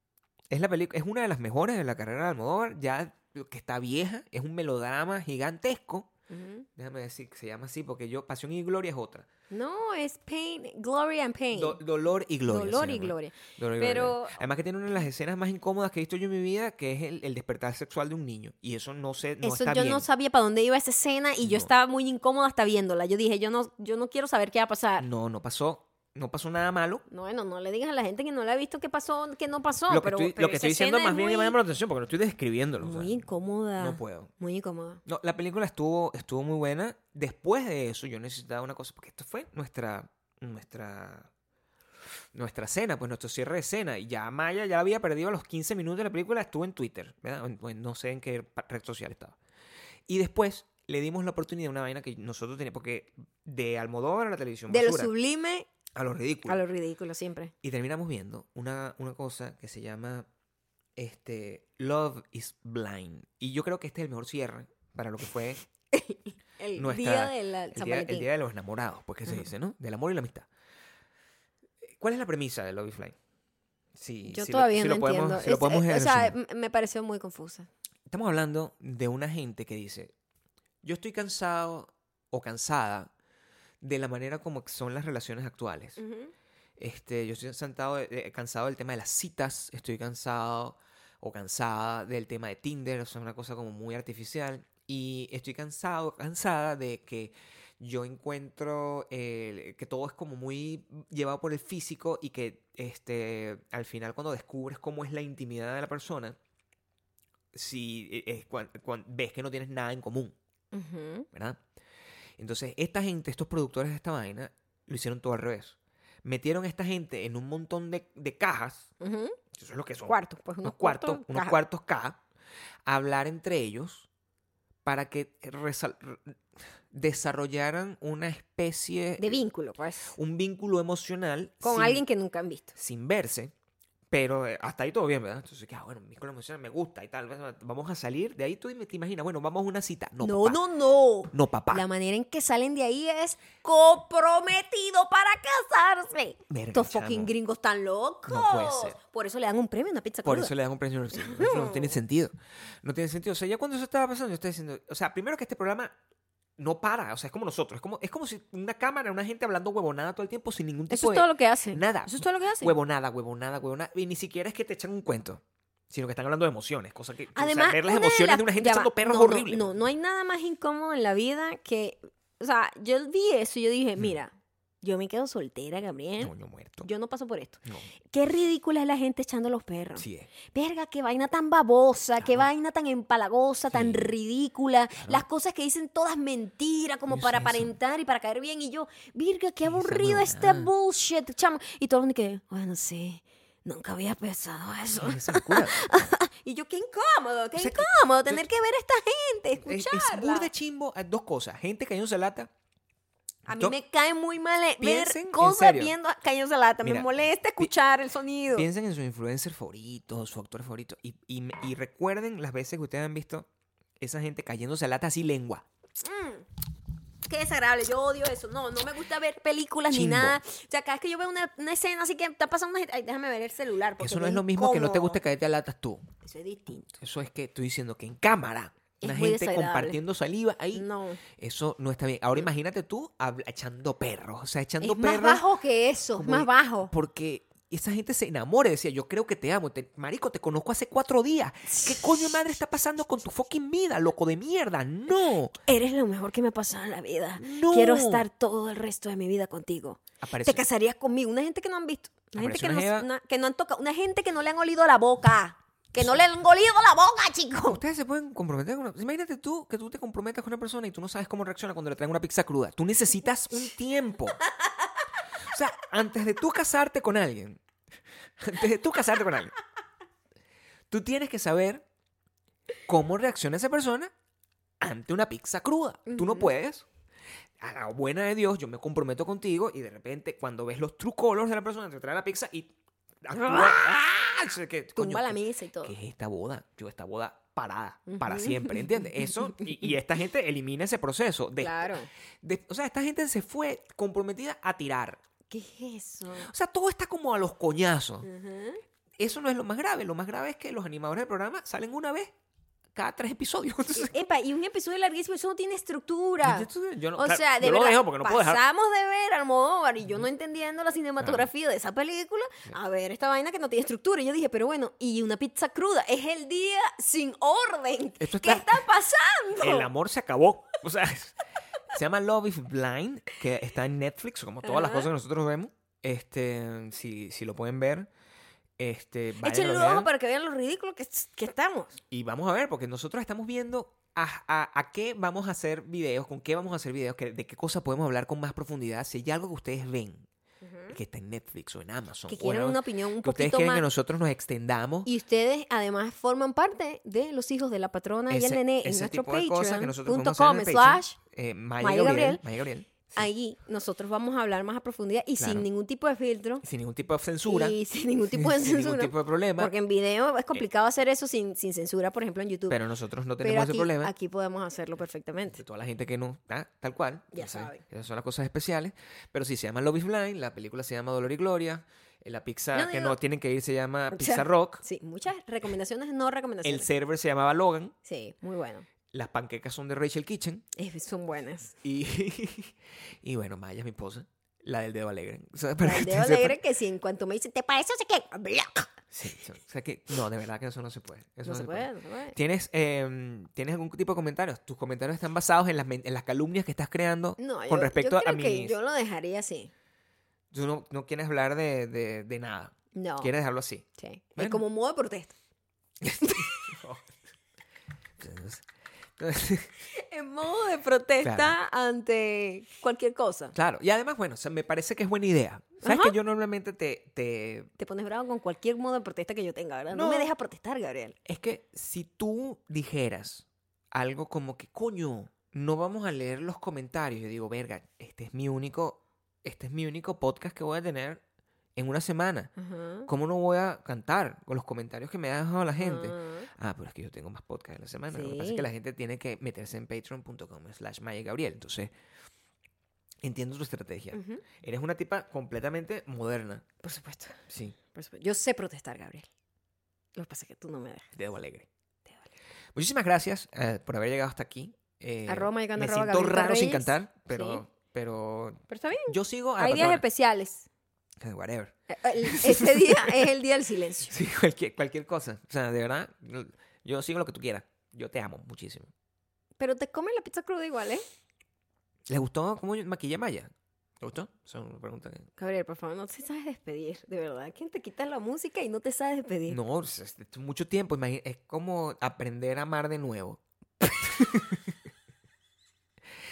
S2: Es, la peli- es una de las mejores de la carrera de Almodóvar, ya que está vieja. Es un melodrama gigantesco.
S1: Ujú.
S2: Déjame decir que se llama así, porque yo. Pasión y Gloria es otra.
S1: No, es pain, glory and pain.
S2: Do- dolor y Gloria. se
S1: Dolor y
S2: llama.
S1: gloria.
S2: Dolor y
S1: Pero-
S2: Gloria. Además, que tiene una de las escenas más incómodas que he visto yo en mi vida, que es el, el despertar sexual de un niño. Y eso no sé. No
S1: Eso
S2: está
S1: yo
S2: bien.
S1: no sabía para dónde iba esa escena y
S2: No.
S1: yo estaba muy incómoda hasta viéndola. Yo dije, yo no, yo no quiero saber qué va a pasar.
S2: No, no pasó. No pasó nada malo.
S1: No, bueno, no le digas a la gente que no la ha visto qué pasó, qué no pasó.
S2: lo que
S1: pero,
S2: estoy,
S1: pero
S2: lo que
S1: esa
S2: estoy diciendo
S1: escena
S2: más
S1: es
S2: bien
S1: muy,
S2: llama la atención, porque no estoy describiéndolo. o sea,
S1: muy incómoda.
S2: no puedo.
S1: Muy incómoda.
S2: No, la película estuvo, estuvo muy buena. Después de eso, yo necesitaba una cosa, porque esto fue nuestra, nuestra, nuestra cena, pues nuestro cierre de cena. Y ya Maya ya había perdido a los 15 minutos de la película, estuvo en Twitter, ¿verdad? O en- o en no sé en qué pa- red social estaba. Y después le dimos la oportunidad a una vaina que nosotros teníamos, porque de Almodóvar a la televisión
S1: De lo
S2: basura,
S1: sublime
S2: a lo ridículo.
S1: a lo ridículo siempre.
S2: Y terminamos viendo una, una cosa que se llama este, Love is Blind. Y yo creo que este es el mejor cierre para lo que fue
S1: El
S2: Nuestra-
S1: día de la
S2: el
S1: San
S2: día, el
S1: Valentín.
S2: Día de los enamorados, pues que se
S1: Ajá.
S2: dice, ¿no? Del amor y la amistad. ¿Cuál es la premisa de Love is Blind? Sí,
S1: yo
S2: sí lo-
S1: todavía
S2: sí
S1: no
S2: lo podemos-
S1: entiendo.
S2: sí lo
S1: Es-
S2: podemos
S1: eh, o sea,
S2: resumir.
S1: m- me pareció muy confusa.
S2: Estamos hablando de una gente que dice, yo estoy cansado o cansada de la manera como son las relaciones actuales.
S1: Ujú.
S2: Este, yo estoy sentado, de- de- cansado del tema de las citas, estoy cansado o cansada del tema de Tinder, o sea, una cosa como muy artificial. Y estoy cansado, cansada de que yo encuentro eh, que todo es como muy llevado por el físico y que este, al final cuando descubres cómo es la intimidad de la persona, si eh, es cuan- cuan- ves que no tienes nada en común,
S1: Ujú.
S2: ¿verdad? Entonces, esta gente, estos productores de esta vaina, lo hicieron todo al revés. Metieron a esta gente en un montón de, de cajas,
S1: Ujú.
S2: eso es lo que son,
S1: Cuartos, pues
S2: unos cuartos, unos
S1: caja.
S2: cuartos K, a hablar entre ellos para que resal- re- desarrollaran una especie,
S1: de vínculo, pues.
S2: un vínculo emocional
S1: Con
S2: sin-
S1: alguien que nunca han visto.
S2: sin verse, pero eh, hasta ahí todo bien, ¿verdad? Entonces, que, ah, bueno, mi escuela emocional me gusta y tal, vamos a salir, de ahí tú te imaginas, bueno, vamos a una cita. No,
S1: no,
S2: papá.
S1: no, no.
S2: No, papá.
S1: La manera en que salen de ahí es comprometido para casarse.
S2: Verga,
S1: Estos
S2: chamo.
S1: fucking gringos tan locos.
S2: No puede ser.
S1: Por eso le dan un premio a una pizza
S2: Por
S1: cruda.
S2: eso le dan un precio universal. Eso no tiene sentido. No tiene sentido. O sea, ya cuando eso estaba pasando, yo estaba diciendo, o sea, primero que este programa no para, o sea, es como nosotros, es como, es como si una cámara, una gente hablando huevonada todo el tiempo sin ningún tipo
S1: Eso
S2: de...
S1: es todo lo que hacen.
S2: Nada.
S1: Eso es todo lo que hacen.
S2: Huevonada, huevonada, huevonada. Y ni siquiera es que te echan un cuento, sino que están hablando de emociones, cosa que... o sea,
S1: Además,
S2: ver las
S1: una de
S2: emociones de,
S1: las-
S2: una gente
S1: ya va,
S2: echando perros
S1: no, no,
S2: horribles.
S1: No, no, hay nada más incómodo en la vida que. O sea, yo vi eso y yo dije, mira, yo me quedo soltera, Gabriel.
S2: Mm. No, yo muerto.
S1: Yo no paso por esto.
S2: No,
S1: Qué ridícula es la gente echando los perros.
S2: sí es.
S1: Verga, qué vaina tan babosa, qué vaina tan empalagosa, tan
S2: Sí.
S1: ridícula. Las cosas que dicen todas mentiras, como
S2: Eso,
S1: para
S2: eso.
S1: aparentar y para caer bien. Y yo, Virga, qué
S2: Esa
S1: aburrido este
S2: huevonada.
S1: bullshit, chamo. Y todo el mundo que, bueno, sí, nunca había pensado eso.
S2: Es esa locura.
S1: Y yo, qué incómodo, qué
S2: O sea, que-
S1: incómodo tener que ver a esta gente,
S2: es,
S1: escucharla.
S2: es burda de chimbo a dos cosas. Gente cayéndose lata.
S1: a mí
S2: Yo-
S1: me cae muy mal eh,
S2: Piensen,
S1: ver
S2: en
S1: cosas
S2: serio.
S1: viendo a Caños de Lata. me
S2: Mira,
S1: molesta escuchar el sonido.
S2: Piensen en su influencer favorito, su actor favorito. Y, y me- y recuerden las veces que ustedes han visto esa gente cayéndose a lata así lengua.
S1: Qué desagradable, yo odio eso. No, no me gusta ver películas
S2: Chimbo.
S1: ni nada. O sea, cada vez que yo veo una, una escena así que está pasando una gente, ay, déjame ver el celular. porque
S2: Eso no es lo mismo que no te guste caerte a latas tú.
S1: incómodo. Eso es distinto.
S2: Eso es que estoy diciendo que en cámara,
S1: Es
S2: una
S1: muy
S2: gente
S1: desagradable.
S2: compartiendo saliva ahí.
S1: No.
S2: Eso no está bien. Ahora imagínate tú habla- echando perros. O sea, echando
S1: Es más
S2: perros.
S1: bajo que eso,
S2: como-
S1: más bajo.
S2: Porque esa gente se enamora. Decía, yo creo que te amo. Te- marico, te conozco hace cuatro días. ¿Qué coño de madre está pasando con tu fucking vida, loco de mierda? No.
S1: Eres lo mejor que me ha pasado en la vida.
S2: No.
S1: Quiero estar todo el resto de mi vida contigo.
S2: Aparece-
S1: Te casarías conmigo. Una gente que no han visto. Una gente
S2: Aparece
S1: que,
S2: una
S1: no,
S2: jeva.
S1: una- que no han tocado. Una gente que no le han olido la boca. Que no le han olido la boca, chico.
S2: Ustedes se pueden comprometer con una... Imagínate tú que tú te comprometas con una persona y tú no sabes cómo reacciona cuando le traen una pizza cruda. Tú necesitas un tiempo. O sea, antes de tú casarte con alguien, antes de tú casarte con alguien, tú tienes que saber cómo reacciona esa persona ante una pizza cruda. Tú no puedes. A la buena de Dios, yo me comprometo contigo y de repente cuando ves los true colors de la persona, te trae la pizza y... actúa- ¡Ah! O sea, que,
S1: Tumba
S2: coño,
S1: la mesa y todo.
S2: ¿qué es esta boda? Yo esta boda parada para siempre, ¿entiendes? Eso, y, y esta gente elimina ese proceso. De,
S1: Claro.
S2: de- o sea, esta gente se fue comprometida a tirar.
S1: ¿Qué es eso?
S2: O sea, todo está como a los
S1: Mm.
S2: coñazos.
S1: Ujú.
S2: Eso no es lo más grave. Lo más grave es que los animadores del programa salen una vez cada tres episodios. Entonces,
S1: Epa, y un episodio larguísimo, eso no tiene estructura.
S2: entonces, yo no-
S1: O
S2: claro,
S1: sea, de
S2: yo
S1: verdad,
S2: lo dejo porque no puedo dejar.
S1: pasamos de ver Almodóvar y yo no entendiendo la cinematografía de esa película a ver esta vaina que no tiene estructura. Y yo dije, pero bueno, y una pizza cruda, es el día sin orden.
S2: Esto
S1: ¿Qué
S2: está-
S1: está pasando?
S2: El amor se acabó. O sea, se llama Love is Blind, que está en Netflix, como todas las
S1: Ajá.
S2: cosas que nosotros vemos. Este, si, si lo pueden ver, este, vayan a
S1: Échenle un
S2: ver.
S1: ojo para que vean lo ridículo que, que estamos.
S2: Y vamos a ver, porque nosotros estamos viendo a, a- a qué vamos a hacer videos, con qué vamos a hacer videos, que- de qué cosa podemos hablar con más profundidad. Si hay algo que ustedes ven, que está en Netflix o en Amazon,
S1: Que
S2: o
S1: quieren
S2: en-
S1: una opinión un
S2: que ustedes
S1: poquito
S2: quieren
S1: más.
S2: que nosotros nos extendamos.
S1: Y ustedes además forman parte de los hijos de la patrona y el
S2: ese-
S1: nene en
S2: ese
S1: nuestro
S2: tipo de cosas que nosotros podemos hacer en
S1: patreon.com
S2: el Patreon.
S1: slash
S2: Eh, Maya
S1: Maya
S2: Gabriel,
S1: Gabriel.
S2: Maya Gabriel.
S1: Ahí nosotros vamos a hablar más a profundidad y
S2: Claro.
S1: sin ningún tipo de filtro.
S2: Sin ningún tipo de censura.
S1: Y sin ningún tipo de
S2: sin ningún
S1: censura.
S2: tipo de problema. Eh.
S1: Porque en video es complicado hacer eso sin, sin censura, por ejemplo, en YouTube. Pero,
S2: Pero nosotros no tenemos ese
S1: aquí,
S2: problema.
S1: aquí podemos hacerlo perfectamente.
S2: de toda la gente que no, ah, tal cual.
S1: Ya
S2: sabes,
S1: saben.
S2: Esas son las cosas especiales. Pero sí, se llama Love is Blind, la película se llama Dolor y Gloria, eh, la pizza
S1: No, no,
S2: que
S1: no.
S2: no tienen que ir se llama
S1: O
S2: Pizza
S1: sea,
S2: Rock,
S1: Sí, muchas recomendaciones, no
S2: el
S1: recomendaciones.
S2: server se llamaba Logan,
S1: Sí, muy bueno.
S2: las panquecas son de Rachel Kitchen
S1: Eh, Son buenas.
S2: y, y bueno, Maya es mi esposa. La del dedo alegre. O sea, para
S1: La del
S2: que
S1: dedo
S2: usted sepa-
S1: alegre que si en cuanto me dicen, ¿te parece? Así que...
S2: Sí, so- o sea que, no, de verdad que eso no se puede. Eso
S1: No se puede, no se puede.
S2: ¿Tienes, em, ¿Tienes algún tipo de comentarios? Tus comentarios están basados en las, men- en las calumnias que estás creando
S1: No, yo,
S2: con
S1: yo
S2: respecto a
S1: creo
S2: mi...
S1: que yo lo dejaría así.
S2: Tú no, no quieres hablar de, de- de nada.
S1: No.
S2: Quieres dejarlo así.
S1: Sí. Eh,
S2: Bueno.
S1: Como modo de protesta.
S2: Entonces- entonces-
S1: En modo de protesta
S2: Claro.
S1: ante cualquier cosa.
S2: claro. Y además, bueno, o sea, me parece que es buena idea. ¿Sabes que yo normalmente te- te
S1: Te pones bravo con cualquier modo de protesta que yo tenga, ¿verdad? No,
S2: No.
S1: me deja protestar, Gabriel.
S2: Es que si tú dijeras algo como que, coño, no vamos a leer los comentarios, yo digo, verga, este es mi único, este es mi único podcast que voy a tener en una semana.
S1: Ajá.
S2: ¿Cómo no voy a cantar con los comentarios que me ha dejado la gente?
S1: Ajá.
S2: Ah, pero es que yo tengo más podcasts en la semana. Lo que pasa es
S1: Mm. Sí.
S2: que la gente tiene que meterse en patreon.com slash Maya y Gabriel. Entonces, entiendo tu estrategia.
S1: Ujú.
S2: Eres una tipa completamente moderna.
S1: Por supuesto.
S2: Sí,
S1: por supuesto. Yo sé protestar, Gabriel. Lo que pasa es que tú no me dejas.
S2: dedo alegre.
S1: Te vale.
S2: Muchísimas gracias eh, por haber llegado hasta aquí. Eh,
S1: Arroba Mayocando,
S2: Me
S1: arroba
S2: siento
S1: Gabrielita
S2: raro sin
S1: Reyes.
S2: cantar, pero,
S1: Sí.
S2: pero
S1: Pero está bien.
S2: yo sigo a la
S1: Hay días
S2: patrona.
S1: especiales.
S2: Eh, Whatever.
S1: Eh, el- Ese día es el día del silencio.
S2: Sí, cualquier, cualquier cosa. O sea, de verdad, yo sigo lo que tú quieras. Yo te amo muchísimo.
S1: Pero te comes la pizza cruda igual, ¿eh?
S2: ¿Les gustó cómo yo maquillé a Maya? ¿Le gustó? Esa es una pregunta que-
S1: Gabriel, por favor, no te sabes despedir, de verdad. ¿Quién te quita la música y no te sabes despedir?
S2: No, es, es- es mucho tiempo. imagi- es como aprender a amar de nuevo.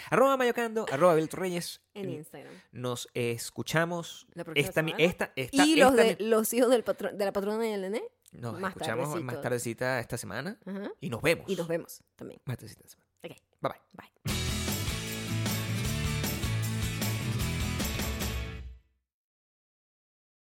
S2: arroba Mayocando, arroba Belto Reyes.
S1: En Instagram.
S2: Nos escuchamos.
S1: La próxima
S2: Esta, mi-
S1: semana.
S2: esta, esta,
S1: y
S2: esta
S1: los, de,
S2: mi-
S1: los hijos del patrón, de la patrona y el nené.
S2: Nos
S1: Más
S2: escuchamos
S1: tardecito.
S2: más tardecita esta semana
S1: Ajá.
S2: y nos vemos.
S1: Y nos vemos también.
S2: Más tardecita esta semana.
S1: Ok.
S2: Bye bye.
S1: Bye.